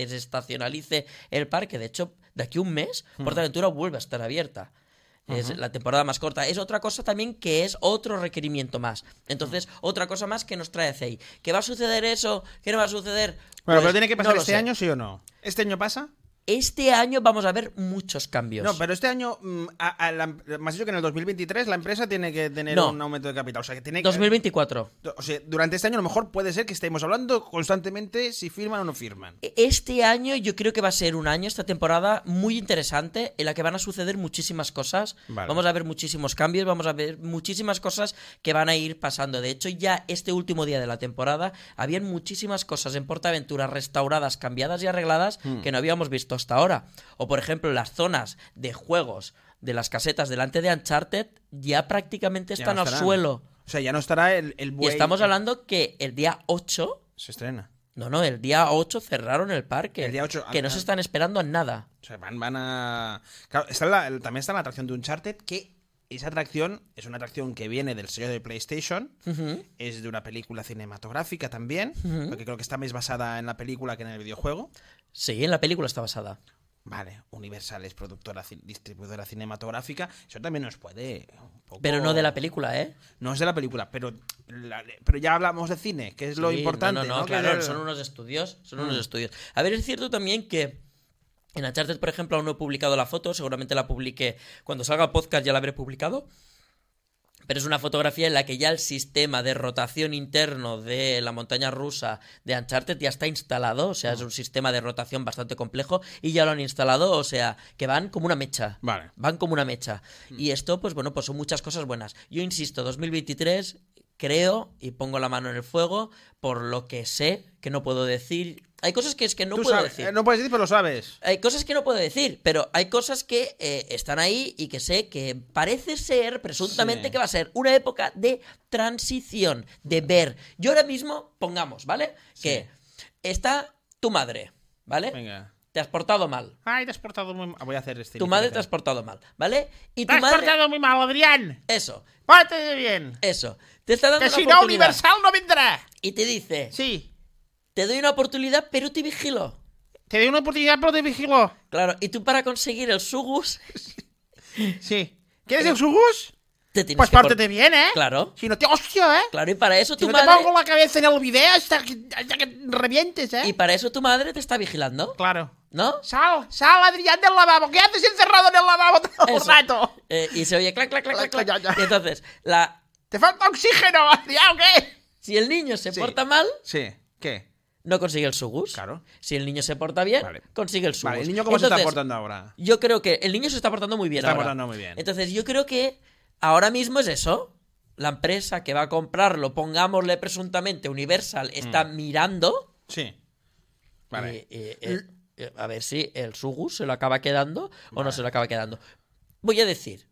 Speaker 3: desestacionalice el parque. De hecho, de aquí a un mes,
Speaker 2: Hmm.
Speaker 3: PortAventura vuelve a estar abierta. Es la temporada más corta. Es otra cosa también que es otro requerimiento más. Entonces,
Speaker 2: Hmm.
Speaker 3: otra cosa más que nos trae hacia ahí. ¿Qué va a suceder eso? ¿Qué no va a suceder?
Speaker 2: Bueno,
Speaker 3: Pues,
Speaker 2: pero tiene que pasar
Speaker 3: no lo
Speaker 2: este
Speaker 3: sé.
Speaker 2: año, ¿sí o no? ¿Este año pasa?
Speaker 3: Este año vamos a ver muchos cambios.
Speaker 2: No, pero este año, mm, a- a la- me has dicho que en el 2023 la empresa tiene que tener
Speaker 3: No.
Speaker 2: un aumento de capital. O sea, que tiene que.
Speaker 3: 2024.
Speaker 2: O sea, durante este año a lo mejor puede ser que estemos hablando constantemente si firman o no firman.
Speaker 3: Este año yo creo que va a ser un año, esta temporada, muy interesante, en la que van a suceder muchísimas cosas.
Speaker 2: Vale.
Speaker 3: Vamos a ver muchísimos cambios, vamos a ver muchísimas cosas que van a ir pasando. De hecho, ya este último día de la temporada, habían muchísimas cosas en PortAventura restauradas, cambiadas y arregladas
Speaker 2: Hmm.
Speaker 3: que no habíamos visto hasta ahora. O, por ejemplo, las zonas de juegos de las casetas delante de Uncharted ya prácticamente
Speaker 2: Ya
Speaker 3: están
Speaker 2: no
Speaker 3: al
Speaker 2: estarán.
Speaker 3: suelo.
Speaker 2: O sea, ya no estará el, el
Speaker 3: Y
Speaker 2: buey-
Speaker 3: estamos hablando que el día 8
Speaker 2: Se estrena.
Speaker 3: no, no, el día 8 cerraron el parque.
Speaker 2: El día 8,
Speaker 3: Que no
Speaker 2: ah,
Speaker 3: se
Speaker 2: ah.
Speaker 3: están esperando a nada.
Speaker 2: O sea, van, van a. Claro, está la- el- también está la atracción de Uncharted, que esa atracción es una atracción que viene del sello de PlayStation. Es de una película cinematográfica también. Porque creo que está más basada en la película que en el videojuego.
Speaker 3: Sí, en la película está basada.
Speaker 2: Vale, Universal es productora, cin- distribuidora cinematográfica. Eso también nos puede. un poco-
Speaker 3: Pero no de la película, ¿eh?
Speaker 2: No es de la película, pero, la- pero ya hablamos de cine, que es lo
Speaker 3: Sí,
Speaker 2: importante.
Speaker 3: No, no, no,
Speaker 2: ¿no? Que Mm.
Speaker 3: claro,
Speaker 2: es-
Speaker 3: son unos estudios. Son unos estudios. A ver, es cierto también que. En Uncharted, por ejemplo, aún no he publicado la foto. Seguramente la publique cuando salga el podcast, ya la habré publicado. Pero es una fotografía en la que ya el sistema de rotación interno de la montaña rusa de Uncharted ya está instalado. O
Speaker 2: Mm.
Speaker 3: sea, es un sistema de rotación bastante complejo y ya lo han instalado. O sea, que van como una mecha.
Speaker 2: Vale.
Speaker 3: Van como una mecha.
Speaker 2: Hmm.
Speaker 3: Y esto, pues bueno, pues son muchas cosas buenas. Yo insisto, 2023 creo y pongo la mano en el fuego por lo que sé que no puedo decir. Hay cosas que es que no
Speaker 2: Tú
Speaker 3: puedo
Speaker 2: sabes-
Speaker 3: decir.
Speaker 2: eh, no puedes decir, pero lo sabes.
Speaker 3: Hay cosas que no puedo decir, pero hay cosas que eh, están ahí y que sé que parece ser, presuntamente,
Speaker 2: Sí.
Speaker 3: que va a ser una época de transición, de ver. Yo ahora mismo, pongamos, ¿vale? Que está tu madre, ¿vale?
Speaker 2: Venga.
Speaker 3: Te has portado mal.
Speaker 2: Ay, te has portado muy mal. Ah, Voy a hacer este.
Speaker 3: Tu madre te has portado mal, ¿¿vale? Y
Speaker 2: Te
Speaker 3: tu
Speaker 2: has
Speaker 3: madre...
Speaker 2: portado muy mal, Adrián.
Speaker 3: Eso,
Speaker 2: Pórtate bien.
Speaker 3: eso. Te está dando
Speaker 2: Que
Speaker 3: una
Speaker 2: si no,
Speaker 3: oportunidad
Speaker 2: Universal no vendrá.
Speaker 3: y te dice,
Speaker 2: Sí.
Speaker 3: te doy una oportunidad, pero te vigilo.
Speaker 2: Te doy una oportunidad, pero te vigilo.
Speaker 3: Claro, y tú para conseguir el sugus
Speaker 2: Sí. ¿Quieres el sugus?
Speaker 3: te tienes
Speaker 2: Pues
Speaker 3: que por-
Speaker 2: pórtate bien, ¿eh?
Speaker 3: Claro.
Speaker 2: Si no te hostia, ¿eh?
Speaker 3: Claro, y para eso
Speaker 2: Si
Speaker 3: tu
Speaker 2: no te
Speaker 3: madre...
Speaker 2: pongo la cabeza en el video hasta que, hasta que revientes, ¿eh?
Speaker 3: Y para eso tu madre te está vigilando,
Speaker 2: Claro.
Speaker 3: ¿no?
Speaker 2: Sal, sal, Adrián, del lavabo. ¿Qué haces encerrado en el lavabo todo el
Speaker 3: Eso.
Speaker 2: rato?
Speaker 3: Eh, y se oye clac, clac, clac, clac,
Speaker 2: Clac,
Speaker 3: clac.
Speaker 2: clac, ya, ya.
Speaker 3: Y entonces, la,
Speaker 2: ¿Te falta oxígeno, Adrián, o qué?
Speaker 3: si el niño se
Speaker 2: Sí.
Speaker 3: porta mal,
Speaker 2: Sí. ¿Qué?
Speaker 3: no consigue el sugus.
Speaker 2: Claro.
Speaker 3: Si el niño se porta bien,
Speaker 2: Vale.
Speaker 3: consigue el sugus.
Speaker 2: Vale, ¿el niño cómo se está
Speaker 3: Entonces,
Speaker 2: portando ahora?
Speaker 3: Yo creo que el niño se está portando muy bien
Speaker 2: Está
Speaker 3: ahora.
Speaker 2: portando muy bien.
Speaker 3: Entonces, yo creo que ahora mismo es eso. La empresa que va a comprarlo, pongámosle presuntamente Universal, está
Speaker 2: Mm.
Speaker 3: mirando.
Speaker 2: Sí.
Speaker 3: y- y- eh, eh, a ver si el Sugus se lo acaba quedando o no se lo acaba quedando. Voy a decir,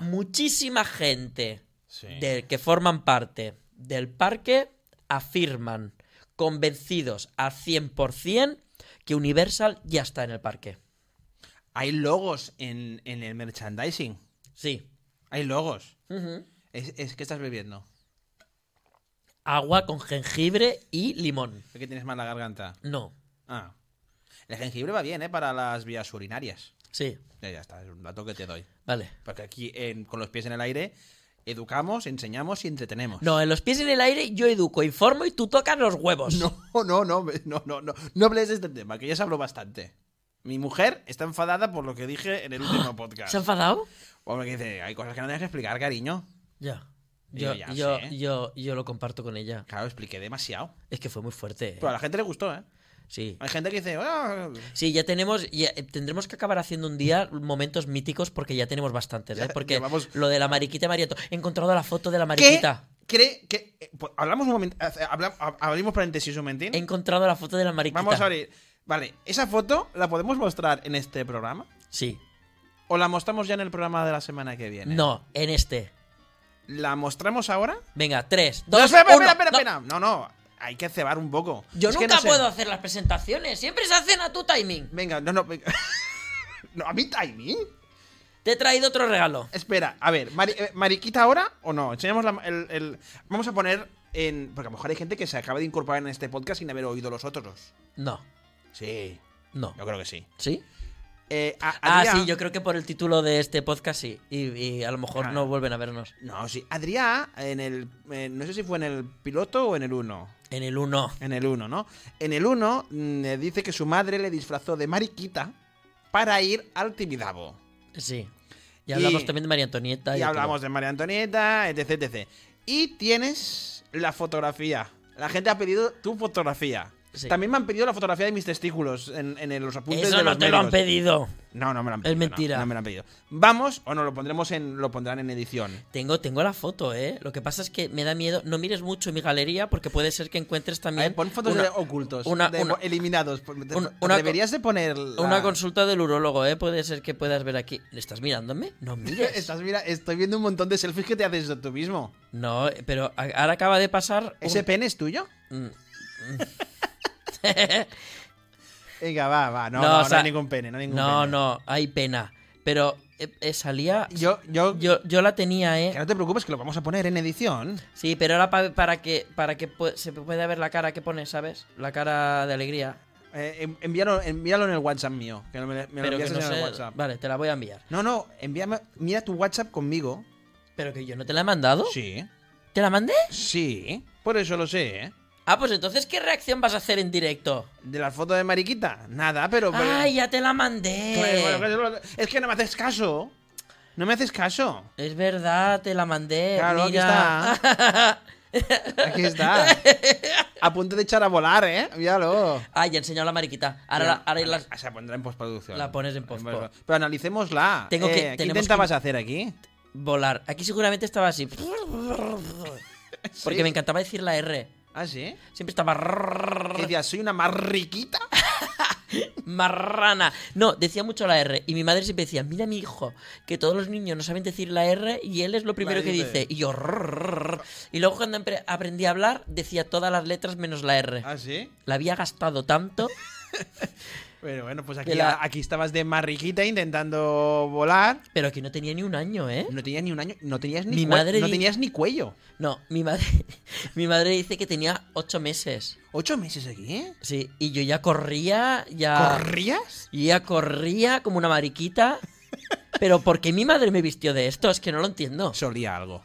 Speaker 3: muchísima gente
Speaker 2: Sí.
Speaker 3: del que forman parte del parque afirman convencidos al 100% que Universal ya está en el parque.
Speaker 2: Hay logos en, en el merchandising.
Speaker 3: Sí.
Speaker 2: Hay logos.
Speaker 3: Ujú.
Speaker 2: Es, es que estás bebiendo.
Speaker 3: Agua con jengibre y limón.
Speaker 2: Es que tienes mal la garganta.
Speaker 3: No.
Speaker 2: Ah. El jengibre va bien, ¿eh? Para las vías urinarias.
Speaker 3: Sí.
Speaker 2: Ya, ya está, es un dato que te doy.
Speaker 3: Vale.
Speaker 2: Porque aquí, en- con los pies en el aire, educamos, enseñamos y entretenemos.
Speaker 3: No, eh. en los pies en el aire yo educo, informo y tú tocas los huevos.
Speaker 2: No, no, no, me- no, no, no, no hables de este tema, que ya se habló bastante. Mi mujer está enfadada por lo que dije en el último podcast.
Speaker 3: ¿Se ha enfadado?
Speaker 2: Porque dice, hay cosas que no tienes que explicar, cariño.
Speaker 3: Ya.
Speaker 2: Yo
Speaker 3: Yo,
Speaker 2: ya
Speaker 3: yo,
Speaker 2: sé.
Speaker 3: yo, yo lo comparto con ella.
Speaker 2: Claro, expliqué demasiado.
Speaker 3: Es que fue muy fuerte. eh.
Speaker 2: Pero a la gente le gustó, ¿eh?
Speaker 3: Sí.
Speaker 2: Hay gente que dice, "Ah".
Speaker 3: Sí, ya tenemos, ya- eh, tendremos que acabar haciendo un día momentos míticos porque ya tenemos bastantes, ¿eh? Porque
Speaker 2: llevamos-
Speaker 3: lo de la mariquita Marieto. He encontrado la foto de la mariquita.
Speaker 2: ¿Cree que...? eh, pues, hablamos un momento... eh, habla- ab- abrimos paréntesis un momentín.
Speaker 3: He encontrado la foto de la mariquita.
Speaker 2: Vamos a abrir... Vale, ¿esa foto la podemos mostrar en este programa?
Speaker 3: Sí.
Speaker 2: ¿O la mostramos ya en el programa de la semana que viene?
Speaker 3: No, en este.
Speaker 2: ¿La mostramos ahora?
Speaker 3: Venga, tres,
Speaker 2: No,
Speaker 3: dos,
Speaker 2: espera, espera,
Speaker 3: uno.
Speaker 2: espera, espera,
Speaker 3: No,
Speaker 2: espera. No, no. Hay que cebar un poco.
Speaker 3: Yo
Speaker 2: Es que
Speaker 3: nunca
Speaker 2: no sé.
Speaker 3: puedo hacer las presentaciones. Siempre se hacen a tu timing.
Speaker 2: Venga, no, no. venga. no, a mí timing.
Speaker 3: Te he traído otro regalo.
Speaker 2: Espera, a ver, Mari- eh, ¿mariquita ahora o no? Enseñamos la- el, el- Vamos a poner en. Porque a lo mejor hay gente que se acaba de incorporar en este podcast sin haber oído los otros.
Speaker 3: No,
Speaker 2: Sí,
Speaker 3: no.
Speaker 2: yo creo que sí.
Speaker 3: ¿Sí?
Speaker 2: Eh, a-
Speaker 3: Ah,
Speaker 2: Adrià-
Speaker 3: sí, yo creo que por el título de este podcast sí. Y, y a lo mejor
Speaker 2: Ah.
Speaker 3: no vuelven a vernos.
Speaker 2: No, sí. Adrián, en el. eh, no sé si fue en el piloto o en el 1.
Speaker 3: En el uno.
Speaker 2: En el 1, ¿no? En el 1 dice que su madre le disfrazó de mariquita para ir al Tibidabo.
Speaker 3: Sí. Y
Speaker 2: Y-
Speaker 3: hablamos también de María Antonieta.
Speaker 2: Y
Speaker 3: de
Speaker 2: hablamos de María Antonieta, etc, etc. Y tienes la fotografía. La gente ha pedido tu fotografía.
Speaker 3: Sí.
Speaker 2: También me han pedido la fotografía de mis testículos en, en los
Speaker 3: todo.
Speaker 2: apuntes
Speaker 3: Eso
Speaker 2: de
Speaker 3: no
Speaker 2: los
Speaker 3: te lo han
Speaker 2: médicos.
Speaker 3: pedido.
Speaker 2: No, no me lo han
Speaker 3: Es
Speaker 2: pedido. no,
Speaker 3: mentira.
Speaker 2: No, me lo han pedido. Vamos, o no lo pondremos en. lo pondrán en edición.
Speaker 3: Tengo, tengo la foto, ¿eh? Lo que pasa es que me da miedo. No mires mucho mi galería porque puede ser que encuentres
Speaker 2: A
Speaker 3: también
Speaker 2: ver, pon fotos
Speaker 3: ¿Eh? una,
Speaker 2: de oh, ocultos.
Speaker 3: una-
Speaker 2: de
Speaker 3: una-
Speaker 2: eliminados.
Speaker 3: un- una-
Speaker 2: Deberías de poner. la-
Speaker 3: una consulta del urólogo, ¿eh? Puede ser que puedas ver aquí. ¿Estás mirándome? No mires.
Speaker 2: Estás, mira, estoy viendo un montón de selfies que te haces de tú mismo.
Speaker 3: No, pero a- ahora acaba de pasar. un-
Speaker 2: ¿Ese pene es tuyo?
Speaker 3: Mm.
Speaker 2: Venga, va, va. No,
Speaker 3: No,
Speaker 2: no,
Speaker 3: o
Speaker 2: no
Speaker 3: sea,
Speaker 2: hay ningún pene. No, hay ningún
Speaker 3: No,
Speaker 2: pene.
Speaker 3: no, hay pena. Pero eh, eh, salía.
Speaker 2: Yo, yo,
Speaker 3: Yo, yo la tenía,
Speaker 2: Que
Speaker 3: ¿eh?
Speaker 2: no te preocupes, que lo vamos a poner en edición.
Speaker 3: Sí, pero ahora pa- para que, para que pu- se pueda ver la cara que pone, ¿sabes? La cara de alegría.
Speaker 2: Eh, en- envíalo, envíalo en el WhatsApp mío. Que me, me lo
Speaker 3: pero que
Speaker 2: envías
Speaker 3: no
Speaker 2: en el
Speaker 3: sé-
Speaker 2: WhatsApp.
Speaker 3: Vale, te la voy a enviar.
Speaker 2: No, no, envíame, mira tu WhatsApp conmigo.
Speaker 3: Pero que yo no te la he mandado.
Speaker 2: Sí.
Speaker 3: ¿Te la mandé?
Speaker 2: Sí. Por eso lo sé, ¿eh?
Speaker 3: Ah, pues entonces, ¿qué reacción vas a hacer en directo?
Speaker 2: De la foto de Mariquita, nada, pero. pero-
Speaker 3: ¡Ay, eh. ya te la
Speaker 2: Claro, claro,
Speaker 3: mandé!
Speaker 2: claro, es que no me haces caso. No me haces caso.
Speaker 3: Es verdad, te la mandé.
Speaker 2: Claro, aquí
Speaker 3: Eh, mira.
Speaker 2: Aquí está. A punto de echar a volar, ¿eh? Míralo. Ah,
Speaker 3: Ah, ya he enseñado la mariquita. Ahora, la- ahora la-
Speaker 2: Se pondrá en postproducción.
Speaker 3: la pones en pospo.
Speaker 2: Pero analicémosla.
Speaker 3: Tengo
Speaker 2: Eh,
Speaker 3: que-
Speaker 2: ¿Qué
Speaker 3: tenemos
Speaker 2: intentabas
Speaker 3: que-
Speaker 2: hacer aquí?
Speaker 3: volar. Aquí seguramente estaba así. Porque
Speaker 2: Sí.
Speaker 3: me encantaba decir la R.
Speaker 2: ¿Ah, sí?
Speaker 3: Siempre estaba
Speaker 2: Que decías, soy una marriquita.
Speaker 3: marrana. No, decía mucho la R. Y mi madre siempre decía, mira mi hijo, que todos los niños no saben decir la R y él es lo primero que
Speaker 2: dice.
Speaker 3: dice. Y yo... "Rrrr". Y luego cuando empre- aprendí a hablar, decía todas las letras menos la R.
Speaker 2: ¿Ah, sí?
Speaker 3: La había gastado tanto.
Speaker 2: Pero bueno, pues aquí,
Speaker 3: Que la-
Speaker 2: aquí estabas de marriquita intentando volar.
Speaker 3: Pero que no tenía ni un año, ¿eh?
Speaker 2: No tenías ni un año, no tenías ni,
Speaker 3: Mi
Speaker 2: cue-
Speaker 3: madre
Speaker 2: no
Speaker 3: di-
Speaker 2: tenías ni cuello.
Speaker 3: No, mi madre, mi madre dice que tenía ocho meses.
Speaker 2: ¿Ocho meses aquí?
Speaker 3: Sí, y yo ya corría, ya...
Speaker 2: ¿Corrías?
Speaker 3: Y ella corría como una mariquita. Pero ¿por qué mi madre me vistió de esto? Es que no lo entiendo.
Speaker 2: Solía algo,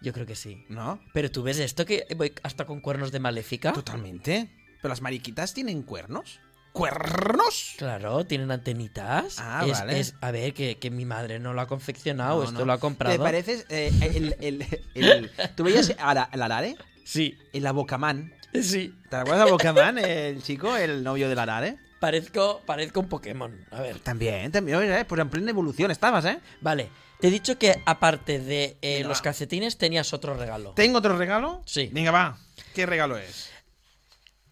Speaker 3: Yo creo que sí.
Speaker 2: ¿no?
Speaker 3: Pero tú ves esto que eh, voy hasta con cuernos de maléfica.
Speaker 2: Totalmente. ¿Pero las mariquitas tienen cuernos? ¿Cuernos?
Speaker 3: Claro, tienen antenitas.
Speaker 2: Ah,
Speaker 3: Es-
Speaker 2: vale.
Speaker 3: es- a ver, que, que mi madre no lo ha confeccionado,
Speaker 2: No,
Speaker 3: esto
Speaker 2: no.
Speaker 3: lo ha
Speaker 2: ¿Te
Speaker 3: comprado.
Speaker 2: pareces eh, el, el- el- ¿Tú veías a la, a la Lare?
Speaker 3: Sí,
Speaker 2: El Abocamán.
Speaker 3: sí.
Speaker 2: ¿Te acuerdas de Abocamán, el chico, el novio de la Lare?
Speaker 3: Parezco, parezco un Pokémon. A ver.
Speaker 2: También, también, ¿eh? Pues en plena evolución estabas, ¿eh?
Speaker 3: Vale, te he dicho que aparte de eh,
Speaker 2: Venga,
Speaker 3: los
Speaker 2: va.
Speaker 3: calcetines tenías otro regalo. Te...
Speaker 2: ¿Tengo otro regalo?
Speaker 3: Sí.
Speaker 2: Venga, va. ¿Qué regalo es?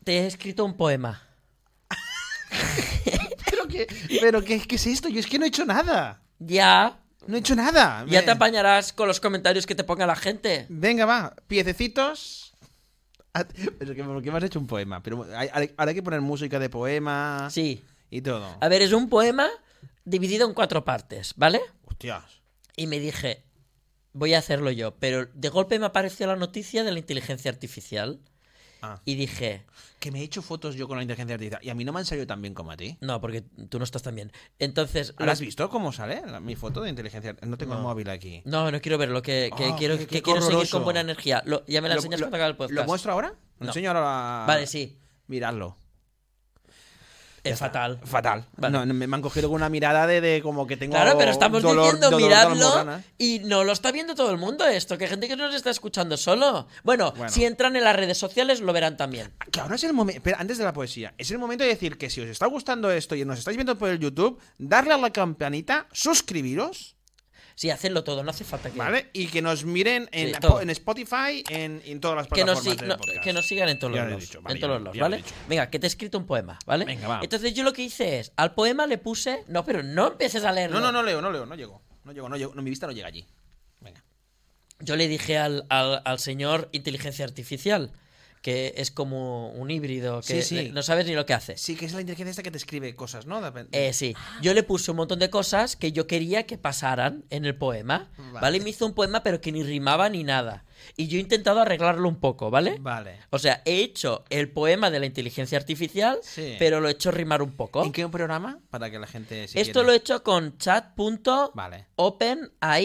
Speaker 3: he escrito un poema.
Speaker 2: ¿Pero qué, pero qué, qué es esto? Yo es que no he hecho nada.
Speaker 3: Ya,
Speaker 2: No he hecho nada.
Speaker 3: ya
Speaker 2: Me-
Speaker 3: te apañarás con los comentarios que te ponga la gente.
Speaker 2: Venga, va. Piececitos. Ah, Pero que, ¿Por qué me has hecho un poema? Pero hay- hay- ahora hay que poner música de poema
Speaker 3: Sí.
Speaker 2: y todo.
Speaker 3: A ver, es un poema dividido en cuatro partes, ¿vale?
Speaker 2: Hostias.
Speaker 3: Y me dije, voy a hacerlo yo. Pero de golpe me apareció la noticia de la inteligencia artificial.
Speaker 2: Ah.
Speaker 3: Y dije,
Speaker 2: Que me he hecho fotos yo con la inteligencia artificial y a mí no me han salido tan bien como a ti.
Speaker 3: no, porque tú no estás tan bien. Entonces.
Speaker 2: ¿Ahora
Speaker 3: lo-
Speaker 2: has visto cómo sale la- mi foto de inteligencia artificial? No tengo el móvil aquí.
Speaker 3: No, no quiero verlo, que, que
Speaker 2: Oh,
Speaker 3: quiero,
Speaker 2: qué-
Speaker 3: que,
Speaker 2: qué
Speaker 3: quiero seguir
Speaker 2: horroroso.
Speaker 3: con buena energía. Lo- ya me la enseñas cuando acabe el podcast.
Speaker 2: ¿Lo muestro Ah, ahora? ¿Lo
Speaker 3: No.
Speaker 2: enseño ahora? a-
Speaker 3: Vale, sí.
Speaker 2: Miradlo.
Speaker 3: Es fatal.
Speaker 2: Fatal.
Speaker 3: Vale.
Speaker 2: No, no, me me han cogido con una mirada de, de como que tengo
Speaker 3: Claro, pero estamos
Speaker 2: dolor-
Speaker 3: diciendo,
Speaker 2: dolor de
Speaker 3: miradlo.
Speaker 2: almorrana.
Speaker 3: Y no lo está viendo todo el mundo esto, que gente que nos está escuchando solo. Bueno,
Speaker 2: Bueno.
Speaker 3: si entran en las redes sociales lo verán también.
Speaker 2: Que ahora es el momento, antes de la poesía, es el momento de decir que si os está gustando esto y nos estáis viendo por el YouTube, darle a la campanita, suscribiros,
Speaker 3: Sí, hacerlo todo, no hace falta que,
Speaker 2: ¿vale? Y que nos miren en,
Speaker 3: Sí, todo.
Speaker 2: en Spotify, en, en todas las
Speaker 3: que, nos,
Speaker 2: plataformas
Speaker 3: sig-
Speaker 2: de
Speaker 3: no,
Speaker 2: podcast.
Speaker 3: que nos sigan en todos
Speaker 2: Ya
Speaker 3: los
Speaker 2: lo he
Speaker 3: lados.
Speaker 2: dicho, vale,
Speaker 3: en
Speaker 2: ya
Speaker 3: todos
Speaker 2: lo-
Speaker 3: los lados,
Speaker 2: ya lo he
Speaker 3: ¿vale?
Speaker 2: dicho.
Speaker 3: Venga, que te he escrito un poema, ¿vale?
Speaker 2: Venga, va.
Speaker 3: Entonces yo lo que hice es, al poema le puse. No, pero no empieces a leerlo.
Speaker 2: No, no, no leo, no leo, no llego. No llego, no llego. No, mi vista no llega allí. Venga.
Speaker 3: Yo le dije al, al- al señor inteligencia artificial, que es como un híbrido, que
Speaker 2: Sí, sí.
Speaker 3: no sabes ni lo que hace.
Speaker 2: Sí, que es la inteligencia esta que te escribe cosas, ¿no? De-
Speaker 3: Eh, sí, yo le puse un montón de cosas que yo quería que pasaran en el poema,
Speaker 2: Vale.
Speaker 3: ¿vale? Y me hizo un poema pero que ni rimaba ni nada. Y yo he intentado arreglarlo un poco, ¿vale?
Speaker 2: Vale.
Speaker 3: O sea, he hecho el poema de la inteligencia artificial,
Speaker 2: Sí.
Speaker 3: pero lo he hecho rimar un poco.
Speaker 2: ¿En qué programa? Para que la gente se
Speaker 3: Esto lo he hecho con chat.openai.com.
Speaker 2: Vale.
Speaker 3: Y
Speaker 2: Yo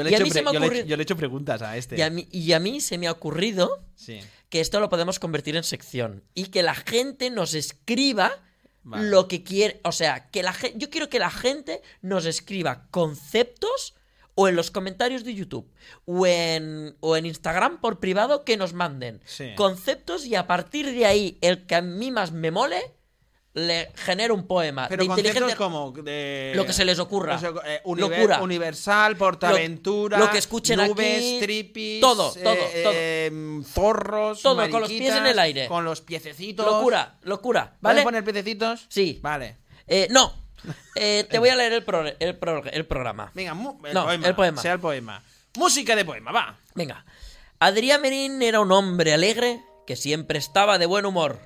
Speaker 3: a
Speaker 2: le, he hecho,
Speaker 3: mí
Speaker 2: pre-
Speaker 3: se me
Speaker 2: yo
Speaker 3: ha
Speaker 2: le he hecho-
Speaker 3: ocurrido-
Speaker 2: yo le he hecho preguntas a este.
Speaker 3: y a mí- y a mí se me ha ocurrido
Speaker 2: Sí.
Speaker 3: que esto lo podemos convertir en sección y que la gente nos escriba
Speaker 2: Vale.
Speaker 3: lo que quiere, o sea, que la gen- yo quiero que la gente nos escriba conceptos o en los comentarios de YouTube o en o en Instagram por privado que nos manden
Speaker 2: Sí.
Speaker 3: conceptos y a partir de ahí el que a mí más me mole le genera un poema
Speaker 2: Pero
Speaker 3: Ah, de
Speaker 2: conceptos
Speaker 3: inteligencia
Speaker 2: como de-
Speaker 3: Lo que se les ocurra.
Speaker 2: O sea, eh,
Speaker 3: Locura.
Speaker 2: univer- Universal, Portaventura,
Speaker 3: Lo- lo que escuchen
Speaker 2: nubes,
Speaker 3: aquí,
Speaker 2: tripis,
Speaker 3: todo,
Speaker 2: eh,
Speaker 3: todo,
Speaker 2: eh, zorros,
Speaker 3: Todo, con los pies
Speaker 2: mariquitas,
Speaker 3: en el aire.
Speaker 2: con los piececitos.
Speaker 3: locura, locura,
Speaker 2: ¿Vale?
Speaker 3: ¿vale?
Speaker 2: poner piececitos?
Speaker 3: Sí.
Speaker 2: Vale.
Speaker 3: Eh, no. Eh, te voy a leer el, pro- el pro- el programa.
Speaker 2: Venga, mu- el,
Speaker 3: No,
Speaker 2: poema,
Speaker 3: el poema.
Speaker 2: Sea el poema. Música de poema, va.
Speaker 3: Venga. Adrián Merín era un hombre alegre que siempre estaba de buen humor.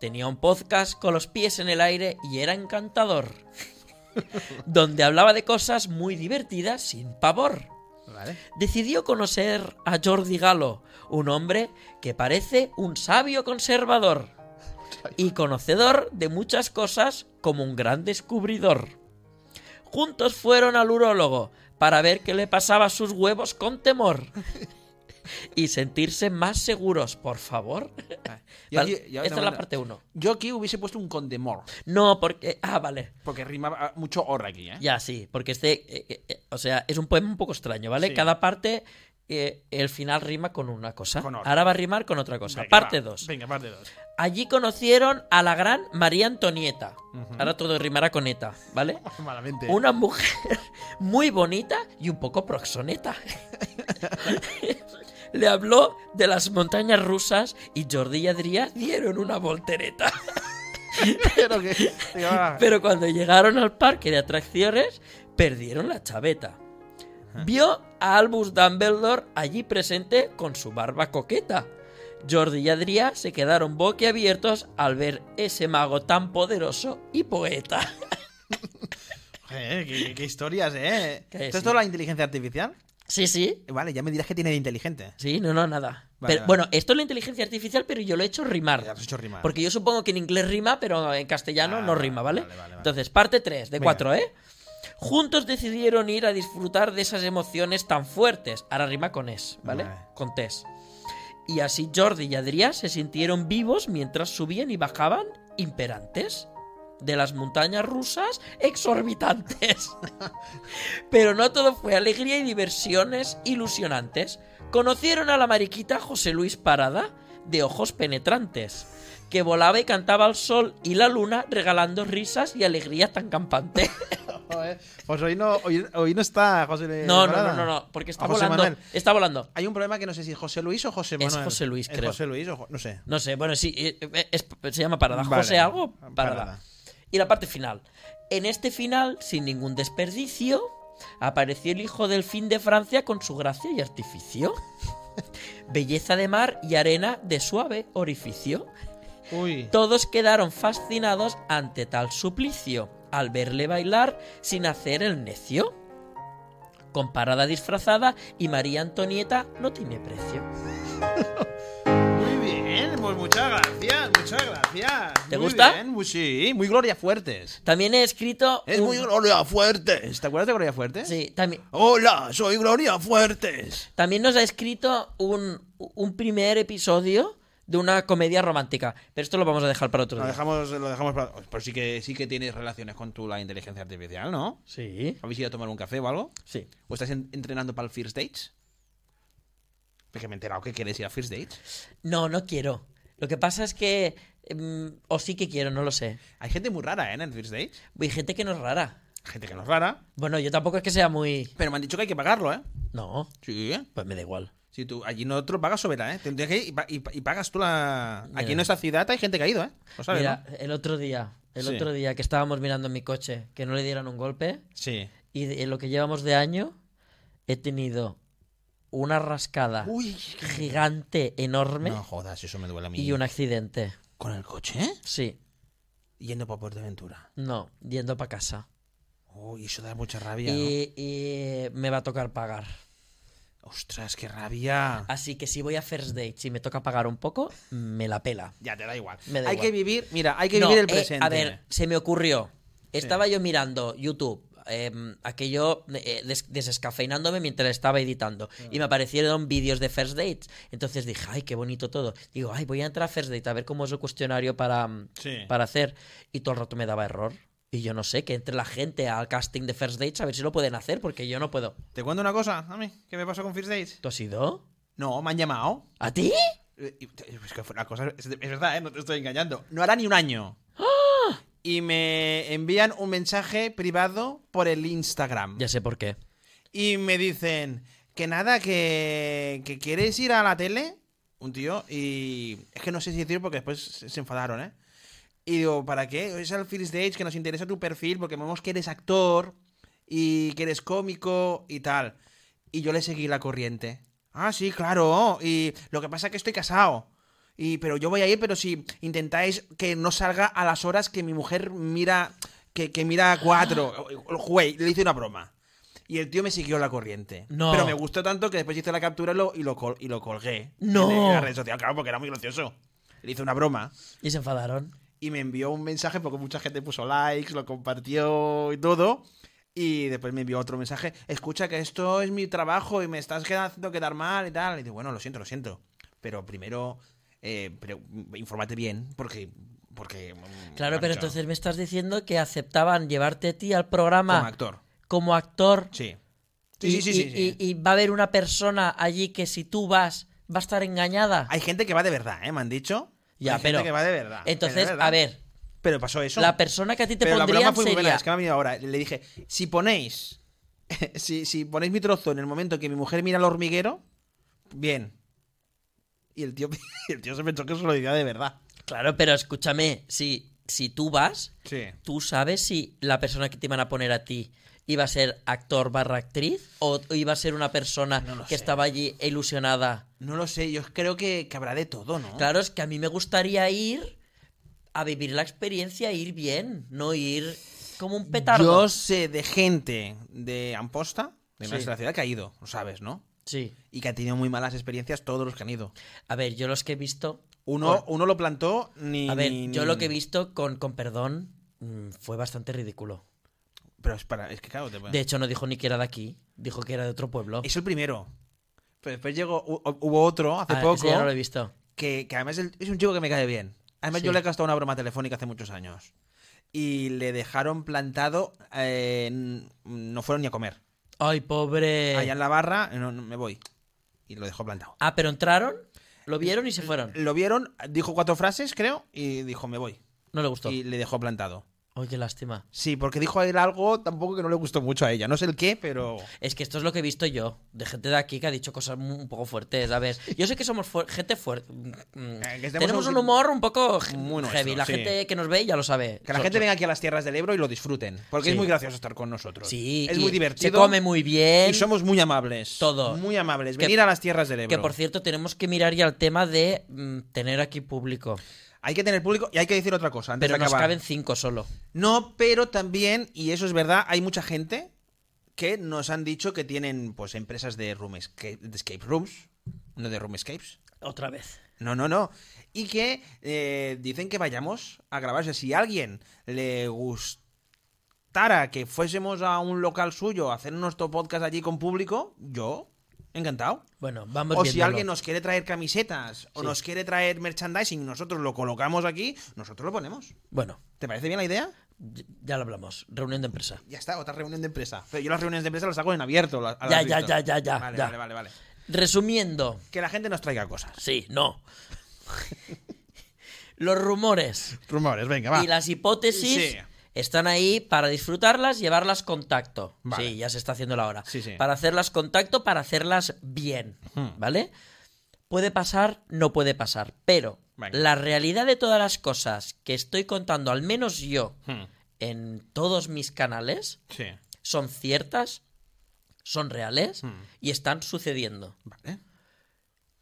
Speaker 3: Tenía un podcast con los pies en el aire y era encantador. donde hablaba de cosas muy divertidas sin pavor.
Speaker 2: Vale.
Speaker 3: Decidió conocer a Jordi Galo, un hombre que parece un sabio conservador y conocedor de muchas cosas como un gran descubridor. Juntos fueron al urólogo para ver qué le pasaba a sus huevos con temor y sentirse más seguros, por favor.
Speaker 2: Yo
Speaker 3: Vale,
Speaker 2: aquí- yo
Speaker 3: esta
Speaker 2: no-
Speaker 3: es la parte 1.
Speaker 2: Yo aquí hubiese puesto un condemor.
Speaker 3: No, porque... Ah, vale.
Speaker 2: Porque rimaba mucho horror aquí, ¿eh?
Speaker 3: Ya, sí, porque este, eh, eh, eh, o sea, es un poema un poco extraño, ¿vale?
Speaker 2: Sí.
Speaker 3: Cada parte, eh, el final rima con una cosa.
Speaker 2: Con otra.
Speaker 3: Ahora va a rimar con otra cosa.
Speaker 2: Venga,
Speaker 3: parte
Speaker 2: va.
Speaker 3: 2.
Speaker 2: Venga, parte 2.
Speaker 3: Allí conocieron a la gran María Antonieta. Ahora todo rimará con ETA, ¿vale?
Speaker 2: Malamente.
Speaker 3: Una mujer muy bonita y un poco proxoneta. Le habló de las montañas rusas y Jordi y Adrián dieron una voltereta.
Speaker 2: Pero que- Venga, va.
Speaker 3: Pero cuando llegaron al parque de atracciones, perdieron la chaveta. Vio a Albus Dumbledore allí presente con su barba coqueta. Jordi y Adrián se quedaron boquiabiertos al ver ese mago tan poderoso y poeta.
Speaker 2: Eh, qué, qué historias, ¿eh?
Speaker 3: Que
Speaker 2: ¿Esto es
Speaker 3: sí.
Speaker 2: toda la inteligencia artificial?
Speaker 3: Sí, sí.
Speaker 2: Eh, Vale, ya me dirás que tiene de inteligente.
Speaker 3: Sí, no, no, nada.
Speaker 2: Vale,
Speaker 3: Pero,
Speaker 2: vale.
Speaker 3: Bueno, esto es la inteligencia artificial, pero yo lo he hecho
Speaker 2: Ya
Speaker 3: rimar.
Speaker 2: has hecho rimar.
Speaker 3: Porque yo supongo que en inglés rima, pero en castellano
Speaker 2: Ah,
Speaker 3: no rima, ¿vale?
Speaker 2: vale, vale, vale.
Speaker 3: Entonces, parte 3 de
Speaker 2: Venga.
Speaker 3: 4, ¿eh? Juntos decidieron ir a disfrutar de esas emociones tan fuertes. Ahora rima con es, ¿vale?
Speaker 2: Vale.
Speaker 3: Con tes. Y así Jordi y Adrián se sintieron vivos mientras subían y bajaban imperantes de las montañas rusas exorbitantes. Pero no todo fue alegría y diversiones ilusionantes. Conocieron a la mariquita José Luis Parada, de ojos penetrantes, que volaba y cantaba al sol y la luna, regalando risas y alegría tan campante.
Speaker 2: Joder, Pues hoy no, hoy, hoy no está José Luis.
Speaker 3: No, no,
Speaker 2: Parada.
Speaker 3: no, no, no, porque está
Speaker 2: A José
Speaker 3: volando.
Speaker 2: Manuel.
Speaker 3: Está volando.
Speaker 2: Hay un problema que no sé si es José Luis o José Manuel.
Speaker 3: José Luis,
Speaker 2: ¿Es
Speaker 3: creo.
Speaker 2: José Luis o Jo- no sé.
Speaker 3: No sé, bueno, sí, eh, eh, es- se llama Parada.
Speaker 2: Vale. ah,
Speaker 3: José algo, Parada.
Speaker 2: Parada.
Speaker 3: Y la parte final. En este final, sin ningún desperdicio, apareció el hijo del fin de Francia con su gracia y artificio. Belleza de mar y arena de suave orificio.
Speaker 2: Uy.
Speaker 3: Todos quedaron fascinados ante tal suplicio, al verle bailar sin hacer el necio. Comparada disfrazada y María Antonieta no tiene precio.
Speaker 2: Muy bien, pues muchas gracias, muchas gracias.
Speaker 3: ¿Te
Speaker 2: Muy
Speaker 3: gusta?
Speaker 2: bien, muy- sí, muy Gloria Fuertes.
Speaker 3: También he escrito...
Speaker 2: Es
Speaker 3: un-
Speaker 2: muy ¿eh? Gloria Fuertes. ¿Te acuerdas de Gloria Fuertes?
Speaker 3: Uh. Sí, también,
Speaker 2: Hola, soy Gloria Fuertes.
Speaker 3: También nos ha escrito un, un primer episodio de una comedia romántica. Pero esto lo vamos a dejar para otro
Speaker 2: Lo
Speaker 3: día.
Speaker 2: dejamos, lo dejamos para. Pero sí que, sí que tienes relaciones con tú la inteligencia artificial, ¿no?
Speaker 3: Sí.
Speaker 2: ¿Habéis ido a tomar un café o algo?
Speaker 3: Sí.
Speaker 2: ¿O estás en- entrenando para el First Dates? Porque me he enterado que quieres ir a First Dates.
Speaker 3: No, no quiero. Lo que pasa es que. mm, o sí que quiero, no lo sé.
Speaker 2: Hay gente muy rara, ¿eh? En el First Dates.
Speaker 3: Hay gente que no es rara.
Speaker 2: Gente que no es rara.
Speaker 3: Bueno, yo tampoco es que sea muy.
Speaker 2: Pero me han dicho que hay que pagarlo, ¿eh?
Speaker 3: No,
Speaker 2: Sí, ¿eh?
Speaker 3: pues me da igual.
Speaker 2: Si tú, allí no te lo pagas sobera, ¿eh? Tendrías que ir y, pa- y pa- y pagas tú la. Aquí en
Speaker 3: Mira.
Speaker 2: nuestra ciudad hay gente que ha ido, ¿eh? Lo sabes,
Speaker 3: Mira,
Speaker 2: ¿no?
Speaker 3: el otro día, el
Speaker 2: Sí.
Speaker 3: otro día que estábamos mirando mi coche, que no le dieran un golpe,
Speaker 2: Sí.
Speaker 3: y de- en lo que llevamos de año, he tenido una rascada
Speaker 2: Uy,
Speaker 3: gigante, enorme,
Speaker 2: No jodas, eso me duele a mí.
Speaker 3: y un accidente.
Speaker 2: ¿Con el coche? ¿eh?
Speaker 3: Sí.
Speaker 2: Yendo para Portaventura.
Speaker 3: No, yendo para casa.
Speaker 2: Uy, eso da mucha rabia. ¿no?
Speaker 3: Y, y me va a tocar pagar.
Speaker 2: Ostras, qué rabia.
Speaker 3: Así que si voy a first date y me toca pagar un poco, me la pela.
Speaker 2: Ya te da igual.
Speaker 3: Me da
Speaker 2: hay
Speaker 3: igual.
Speaker 2: que vivir, mira, hay que
Speaker 3: No,
Speaker 2: vivir el
Speaker 3: eh,
Speaker 2: presente.
Speaker 3: a ver, se me ocurrió. Estaba yo mirando YouTube, eh, aquello eh, des- desescafeinándome mientras estaba editando.
Speaker 2: Mm.
Speaker 3: Y me aparecieron vídeos de first dates. Entonces dije, ay, qué bonito todo. Digo, ay, voy a entrar a first date a ver cómo es el cuestionario para, mm,
Speaker 2: Sí.
Speaker 3: para hacer. Y todo el rato me daba error. Y yo no sé, que entre la gente al casting de first dates a ver si lo pueden hacer, porque yo no puedo.
Speaker 2: ¿Te cuento una cosa, a mí? ¿Qué me pasó con First Dates?
Speaker 3: ¿Tú has ido?
Speaker 2: No, me han llamado.
Speaker 3: ¿A ti?
Speaker 2: Eh, y- Es que fue una cosa. Es es verdad, ¿eh? no te estoy engañando. No hará ni un año.
Speaker 3: ¡Ah!
Speaker 2: Y me envían un mensaje privado por el Instagram.
Speaker 3: Ya sé por qué.
Speaker 2: Y me dicen que nada, que, que quieres ir a la tele, un tío, y es que no sé si decir porque después se se enfadaron, ¿eh? Y digo, ¿para qué? Es al First Dates que nos interesa tu perfil porque vemos que eres actor y que eres cómico y tal. Y yo le seguí la corriente. Ah, sí, claro. Y lo que pasa es que estoy casado. Y, pero yo voy a ir, pero si intentáis que no salga a las horas que mi mujer mira, que, que mira cuatro. Güey, le hice una broma. Y el tío me siguió la corriente.
Speaker 3: No.
Speaker 2: Pero me gustó tanto que después hice la captura y lo, y lo, col- y lo colgué.
Speaker 3: No.
Speaker 2: En la red social, claro, porque era muy gracioso. Le hice una broma.
Speaker 3: Y se enfadaron.
Speaker 2: Y me envió un mensaje porque mucha gente puso likes, lo compartió y todo. Y después me envió otro mensaje. Escucha que esto es mi trabajo y me estás queda- haciendo quedar mal y tal. Y digo, bueno, lo siento, lo siento. Pero primero, eh, pero, mm, infórmate bien porque... porque mm,
Speaker 3: Claro,
Speaker 2: me han
Speaker 3: pero
Speaker 2: dicho,
Speaker 3: entonces me estás diciendo que aceptaban llevarte a ti al
Speaker 2: Como
Speaker 3: programa
Speaker 2: actor.
Speaker 3: como actor.
Speaker 2: Sí.
Speaker 3: y,
Speaker 2: Sí, sí, sí,
Speaker 3: y-
Speaker 2: sí, sí.
Speaker 3: y- y va a haber una persona allí que si tú vas, va a estar engañada.
Speaker 2: Hay gente que va de verdad, ¿eh? Me han dicho.
Speaker 3: Ya,
Speaker 2: Hay
Speaker 3: pero-
Speaker 2: gente que va de verdad.
Speaker 3: Entonces,
Speaker 2: pero de verdad.
Speaker 3: a ver,
Speaker 2: Pero pasó eso.
Speaker 3: la persona que a ti te
Speaker 2: pero la broma
Speaker 3: pondrían
Speaker 2: fue muy buena,
Speaker 3: sería...
Speaker 2: es que me ha venido ahora. Le dije, si ponéis, si, si ponéis mi trozo en el momento que mi mujer mira al hormiguero, bien. Y el tío, el tío se pensó que eso lo decía de verdad.
Speaker 3: Claro, pero escúchame, si, si tú vas,
Speaker 2: Sí.
Speaker 3: tú sabes si la persona que te iban a poner a ti iba a ser actor barra actriz o iba a ser una persona
Speaker 2: No lo
Speaker 3: que
Speaker 2: sé.
Speaker 3: estaba allí ilusionada.
Speaker 2: No lo sé, yo creo que, que habrá de todo, ¿no?
Speaker 3: Claro, es que a mí me gustaría ir a vivir la experiencia, ir bien, no ir como un petardo.
Speaker 2: Yo sé de gente de Amposta, de
Speaker 3: Sí.
Speaker 2: nuestra ciudad, que ha ido, lo sabes, ¿no?
Speaker 3: Sí.
Speaker 2: Y que ha tenido muy malas experiencias todos los que han ido.
Speaker 3: A ver, yo los que he visto.
Speaker 2: Uno, uno lo plantó ni.
Speaker 3: A ver,
Speaker 2: ni-
Speaker 3: yo
Speaker 2: ni-
Speaker 3: lo que he visto, con, con perdón, mm, fue bastante ridículo.
Speaker 2: Pero es, para, es que claro, te
Speaker 3: De hecho, no dijo ni que era de aquí, dijo que era de otro pueblo.
Speaker 2: Es el primero. Pero después llegó, hu- hubo otro hace
Speaker 3: Ah, ese
Speaker 2: poco.
Speaker 3: ya no lo he visto.
Speaker 2: que, que además el- es un chico que me cae bien. Además,
Speaker 3: Sí.
Speaker 2: yo le he gastado una broma telefónica hace muchos años. Y le dejaron plantado. eh, n- no fueron ni a comer.
Speaker 3: Ay, pobre.
Speaker 2: Allá en la barra, no, no, me voy. Y lo dejó plantado.
Speaker 3: Ah, pero entraron, lo vieron y se fueron.
Speaker 2: Lo vieron, dijo cuatro frases, creo, y dijo, me voy.
Speaker 3: No le gustó.
Speaker 2: Y le dejó plantado.
Speaker 3: Oye, qué lástima.
Speaker 2: Sí, porque dijo a él algo tampoco que no le gustó mucho a ella. No sé el qué, pero.
Speaker 3: Es que esto es lo que he visto yo, de gente de aquí que ha dicho cosas mu- un poco fuertes, ¿sabes? Yo sé que somos fuer- gente fuerte. mm, mm.
Speaker 2: Eh, que
Speaker 3: Tenemos
Speaker 2: tenemos
Speaker 3: un
Speaker 2: un-
Speaker 3: humor un poco he-
Speaker 2: Muy nuestro,
Speaker 3: heavy. La
Speaker 2: sí.
Speaker 3: gente que nos ve ya lo sabe.
Speaker 2: Que la
Speaker 3: So-
Speaker 2: gente
Speaker 3: so-
Speaker 2: venga aquí a las tierras del Ebro y lo disfruten. Porque
Speaker 3: Sí.
Speaker 2: es muy gracioso estar con nosotros.
Speaker 3: Sí,
Speaker 2: Es
Speaker 3: y
Speaker 2: muy
Speaker 3: Se
Speaker 2: divertido.
Speaker 3: come muy bien.
Speaker 2: Y somos muy amables.
Speaker 3: Todo.
Speaker 2: Muy amables.
Speaker 3: Que-
Speaker 2: Venir a las tierras del Ebro.
Speaker 3: Que por cierto, tenemos que mirar ya el tema de mm, tener aquí público.
Speaker 2: Hay que tener público y hay que decir otra cosa antes de
Speaker 3: Pero nos
Speaker 2: acabar.
Speaker 3: caben cinco solo.
Speaker 2: No, pero también, y eso es verdad, hay mucha gente que nos han dicho que tienen pues empresas de, room esca- de escape rooms, no de room escapes.
Speaker 3: Otra vez.
Speaker 2: No, no, no. Y que eh, dicen que vayamos a grabarse. Si a alguien le gustara que fuésemos a un local suyo a hacer nuestro podcast allí con público, yo, encantado.
Speaker 3: Bueno, vamos
Speaker 2: o si
Speaker 3: viéndolo.
Speaker 2: alguien nos quiere traer camisetas o
Speaker 3: Sí.
Speaker 2: nos quiere traer merchandising y nosotros lo colocamos aquí, nosotros lo ponemos.
Speaker 3: Bueno,
Speaker 2: ¿Te parece bien la idea?
Speaker 3: y- ya lo hablamos. Reunión de empresa.
Speaker 2: Ya está, otra reunión de empresa. Pero yo las reuniones de empresa las hago en abierto. la- a
Speaker 3: Ya,
Speaker 2: las
Speaker 3: ya,
Speaker 2: vistas.
Speaker 3: ya, ya, ya,
Speaker 2: Vale,
Speaker 3: ya.
Speaker 2: vale, vale, vale.
Speaker 3: Resumiendo.
Speaker 2: Que la gente nos traiga cosas.
Speaker 3: Sí, no. Los rumores
Speaker 2: Rumores, venga, va.
Speaker 3: y las hipótesis
Speaker 2: Sí.
Speaker 3: están ahí para disfrutarlas, llevarlas contacto.
Speaker 2: Vale.
Speaker 3: Sí, ya se está haciendo la hora.
Speaker 2: Sí, sí.
Speaker 3: Para hacerlas contacto, para hacerlas bien.
Speaker 2: Hmm.
Speaker 3: ¿Vale? Puede pasar, no puede pasar. Pero
Speaker 2: Venga.
Speaker 3: la realidad de todas las cosas que estoy contando, al menos yo,
Speaker 2: Hmm,
Speaker 3: en todos mis canales,
Speaker 2: Sí.
Speaker 3: son ciertas, son reales
Speaker 2: Hmm.
Speaker 3: y están sucediendo.
Speaker 2: Vale.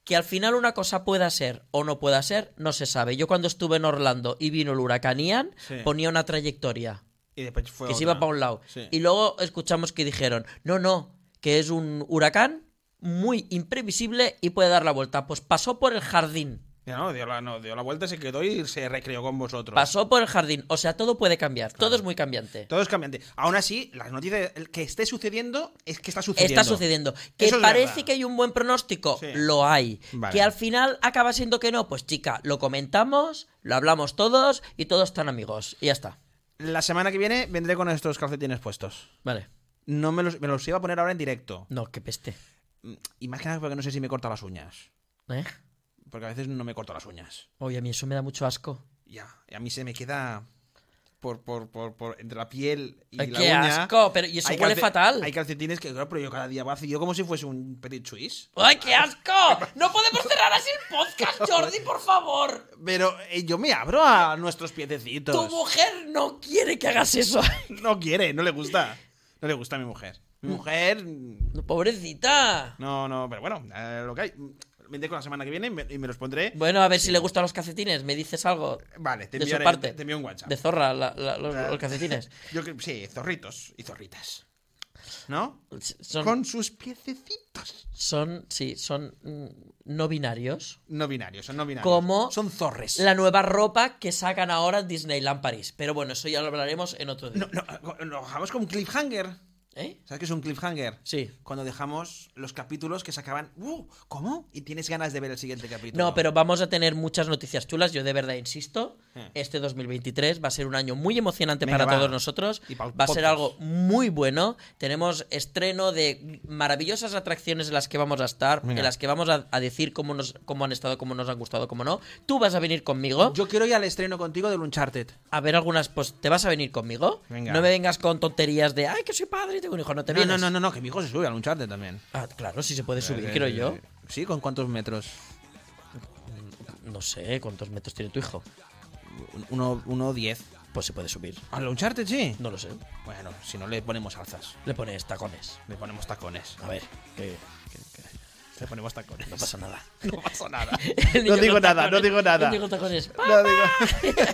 Speaker 3: Que al final una cosa pueda ser o no pueda ser, no se sabe. Yo cuando estuve en Orlando y vino el huracán Ian,
Speaker 2: Sí.
Speaker 3: ponía una trayectoria
Speaker 2: Y después fue
Speaker 3: que se
Speaker 2: otra.
Speaker 3: iba para un lado.
Speaker 2: Sí.
Speaker 3: Y luego escuchamos que dijeron, no, no, que es un huracán muy imprevisible y puede dar la vuelta. Pues pasó por el jardín.
Speaker 2: Ya No, dio la, no, dio la vuelta, se quedó y se recreó con vosotros.
Speaker 3: Pasó por el jardín. O sea, todo puede cambiar. Todo es muy cambiante.
Speaker 2: Todo es cambiante. Aún así, las noticias el que esté sucediendo es que está sucediendo.
Speaker 3: Está sucediendo. Que
Speaker 2: Eso es
Speaker 3: parece
Speaker 2: verdad.
Speaker 3: que hay un buen pronóstico,
Speaker 2: Sí.
Speaker 3: lo hay.
Speaker 2: Vale.
Speaker 3: Que al final acaba siendo que no, pues chica, lo comentamos, lo hablamos todos y todos están amigos. Y ya está.
Speaker 2: La semana que viene vendré con estos calcetines puestos.
Speaker 3: Vale.
Speaker 2: No me los, me los iba a poner ahora en directo.
Speaker 3: No, qué peste.
Speaker 2: Mm, Y más que nada porque no sé si me corto las uñas.
Speaker 3: ¿Eh?
Speaker 2: Porque a veces no me corto las uñas.
Speaker 3: Oye, a mí eso me da mucho asco.
Speaker 2: Ya. Y a mí se me queda por, por, por, por entre la piel y
Speaker 3: Ay,
Speaker 2: la
Speaker 3: qué
Speaker 2: uña.
Speaker 3: asco, pero y eso
Speaker 2: Hay
Speaker 3: huele
Speaker 2: calce-
Speaker 3: fatal.
Speaker 2: Hay calcetines que, claro, pero yo cada día vacío como si fuese un petit suisse.
Speaker 3: ¡Ay, qué asco! ¡No podemos cerrar así el podcast, Jordi, por favor!
Speaker 2: Pero eh, yo me abro a nuestros piececitos.
Speaker 3: Tu mujer no quiere que hagas eso.
Speaker 2: No quiere, no le gusta. No le gusta a mi mujer. Mi mujer. mm,
Speaker 3: No, Pobrecita.
Speaker 2: No, no, pero bueno, eh, lo que hay. Vendré con la semana que viene y me, y me los pondré.
Speaker 3: Bueno, a ver si le gustan los calcetines. ¿Me dices algo?
Speaker 2: Vale, te
Speaker 3: de su
Speaker 2: enviaré-
Speaker 3: parte.
Speaker 2: te envío un WhatsApp.
Speaker 3: De zorra, la- la- los,
Speaker 2: Ah.
Speaker 3: los calcetines.
Speaker 2: Yo creo- sí, zorritos y zorritas. ¿No?
Speaker 3: Son,
Speaker 2: Con sus piececitos.
Speaker 3: son, sí, son mm, no binarios.
Speaker 2: No binarios, son no binarios.
Speaker 3: Como
Speaker 2: Son zorres.
Speaker 3: La nueva ropa que sacan ahora en Disneyland París. Pero bueno, eso ya lo hablaremos en otro día.
Speaker 2: No, no, eh, lo dejamos con cliffhanger.
Speaker 3: ¿Eh?
Speaker 2: ¿Sabes qué es un cliffhanger?
Speaker 3: Sí.
Speaker 2: Cuando dejamos los capítulos que se acaban. ¡Uh! ¿Cómo? Y tienes ganas de ver el siguiente capítulo.
Speaker 3: No, pero vamos a tener muchas noticias chulas. Yo de verdad insisto,
Speaker 2: Eh.
Speaker 3: este 2023 va a ser un año muy emocionante
Speaker 2: Venga,
Speaker 3: para
Speaker 2: va.
Speaker 3: todos nosotros.
Speaker 2: Y
Speaker 3: Va
Speaker 2: pa'l
Speaker 3: a ser
Speaker 2: podcast.
Speaker 3: algo muy bueno. Tenemos estreno de maravillosas atracciones en las que vamos a estar,
Speaker 2: Venga.
Speaker 3: en las que vamos a, a decir cómo, nos, cómo han estado, cómo nos han gustado, cómo no. Tú vas a venir conmigo.
Speaker 2: Yo quiero ir al estreno contigo del Uncharted.
Speaker 3: a ver algunas, pues te vas a venir conmigo.
Speaker 2: Venga.
Speaker 3: No me vengas con tonterías de, ay, que soy padre y tengo un hijo, no te
Speaker 2: No,
Speaker 3: vienes.
Speaker 2: no, no, no, no, que mi hijo se sube al Uncharted también. Eh,
Speaker 3: Ah, claro, sí se puede subir, creo yo.
Speaker 2: Sí, ¿con cuántos metros?
Speaker 3: No sé cuántos metros tiene tu hijo.
Speaker 2: Uno, uno diez.
Speaker 3: Pues se puede subir.
Speaker 2: ¿Al Uncharted sí?
Speaker 3: No lo sé.
Speaker 2: Bueno, si no le ponemos alzas,
Speaker 3: Le pones tacones.
Speaker 2: le ponemos tacones.
Speaker 3: A ver, que
Speaker 2: Le ponemos tacones.
Speaker 3: no pasa nada.
Speaker 2: No pasa nada.
Speaker 3: El niño
Speaker 2: no digo
Speaker 3: con
Speaker 2: nada, no
Speaker 3: tacones,
Speaker 2: digo nada.
Speaker 3: el niño con tacones.
Speaker 2: No digo.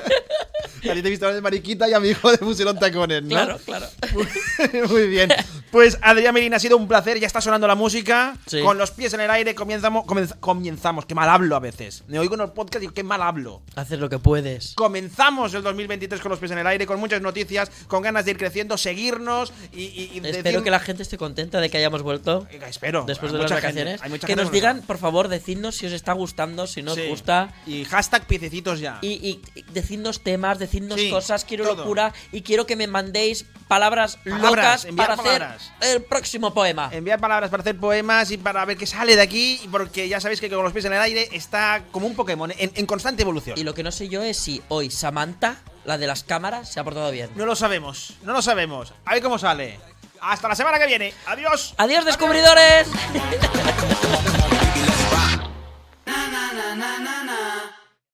Speaker 2: A ti te he visto hablar de mariquita y a mi hijo le pusieron tacones, ¿no?
Speaker 3: Claro, claro.
Speaker 2: Muy bien. Pues Adrián Merina, ha sido un placer. Ya está sonando la música.
Speaker 3: Sí.
Speaker 2: Con los pies en el aire comenzamos. comenz- comenzamos. Qué mal hablo a veces. Me oigo en el podcast y digo, qué mal hablo.
Speaker 3: Haces lo que puedes.
Speaker 2: Comenzamos el 2023 con los pies en el aire, con muchas noticias, con ganas de ir creciendo, seguirnos y, y- y
Speaker 3: Espero
Speaker 2: decir-
Speaker 3: que la gente esté contenta de que hayamos vuelto
Speaker 2: Oiga, Espero.
Speaker 3: después
Speaker 2: Hay
Speaker 3: de las
Speaker 2: mucha gente-
Speaker 3: vacaciones.
Speaker 2: hay mucha
Speaker 3: Que
Speaker 2: gente
Speaker 3: nos digan, por favor, decidnos si os está gustando, si no os
Speaker 2: Sí.
Speaker 3: gusta.
Speaker 2: Y hashtag piececitos ya.
Speaker 3: Y, y- y decidnos temas, decidnos
Speaker 2: Sí,
Speaker 3: cosas, quiero
Speaker 2: todo.
Speaker 3: locura y quiero que me mandéis palabras,
Speaker 2: Palabras,
Speaker 3: locas
Speaker 2: enviar
Speaker 3: para hacer
Speaker 2: palabras. poemas.
Speaker 3: El próximo poema.
Speaker 2: Enviar palabras para hacer poemas y para ver qué sale de aquí, porque ya sabéis que con los pies en el aire está como un Pokémon en, en constante evolución.
Speaker 3: Y lo que no sé yo es si hoy Samantha, la de las cámaras, se ha portado bien.
Speaker 2: No lo sabemos, no lo sabemos. A ver cómo sale. Hasta la semana que viene. Adiós.
Speaker 3: ¡Adiós, descubridores!
Speaker 4: na na na na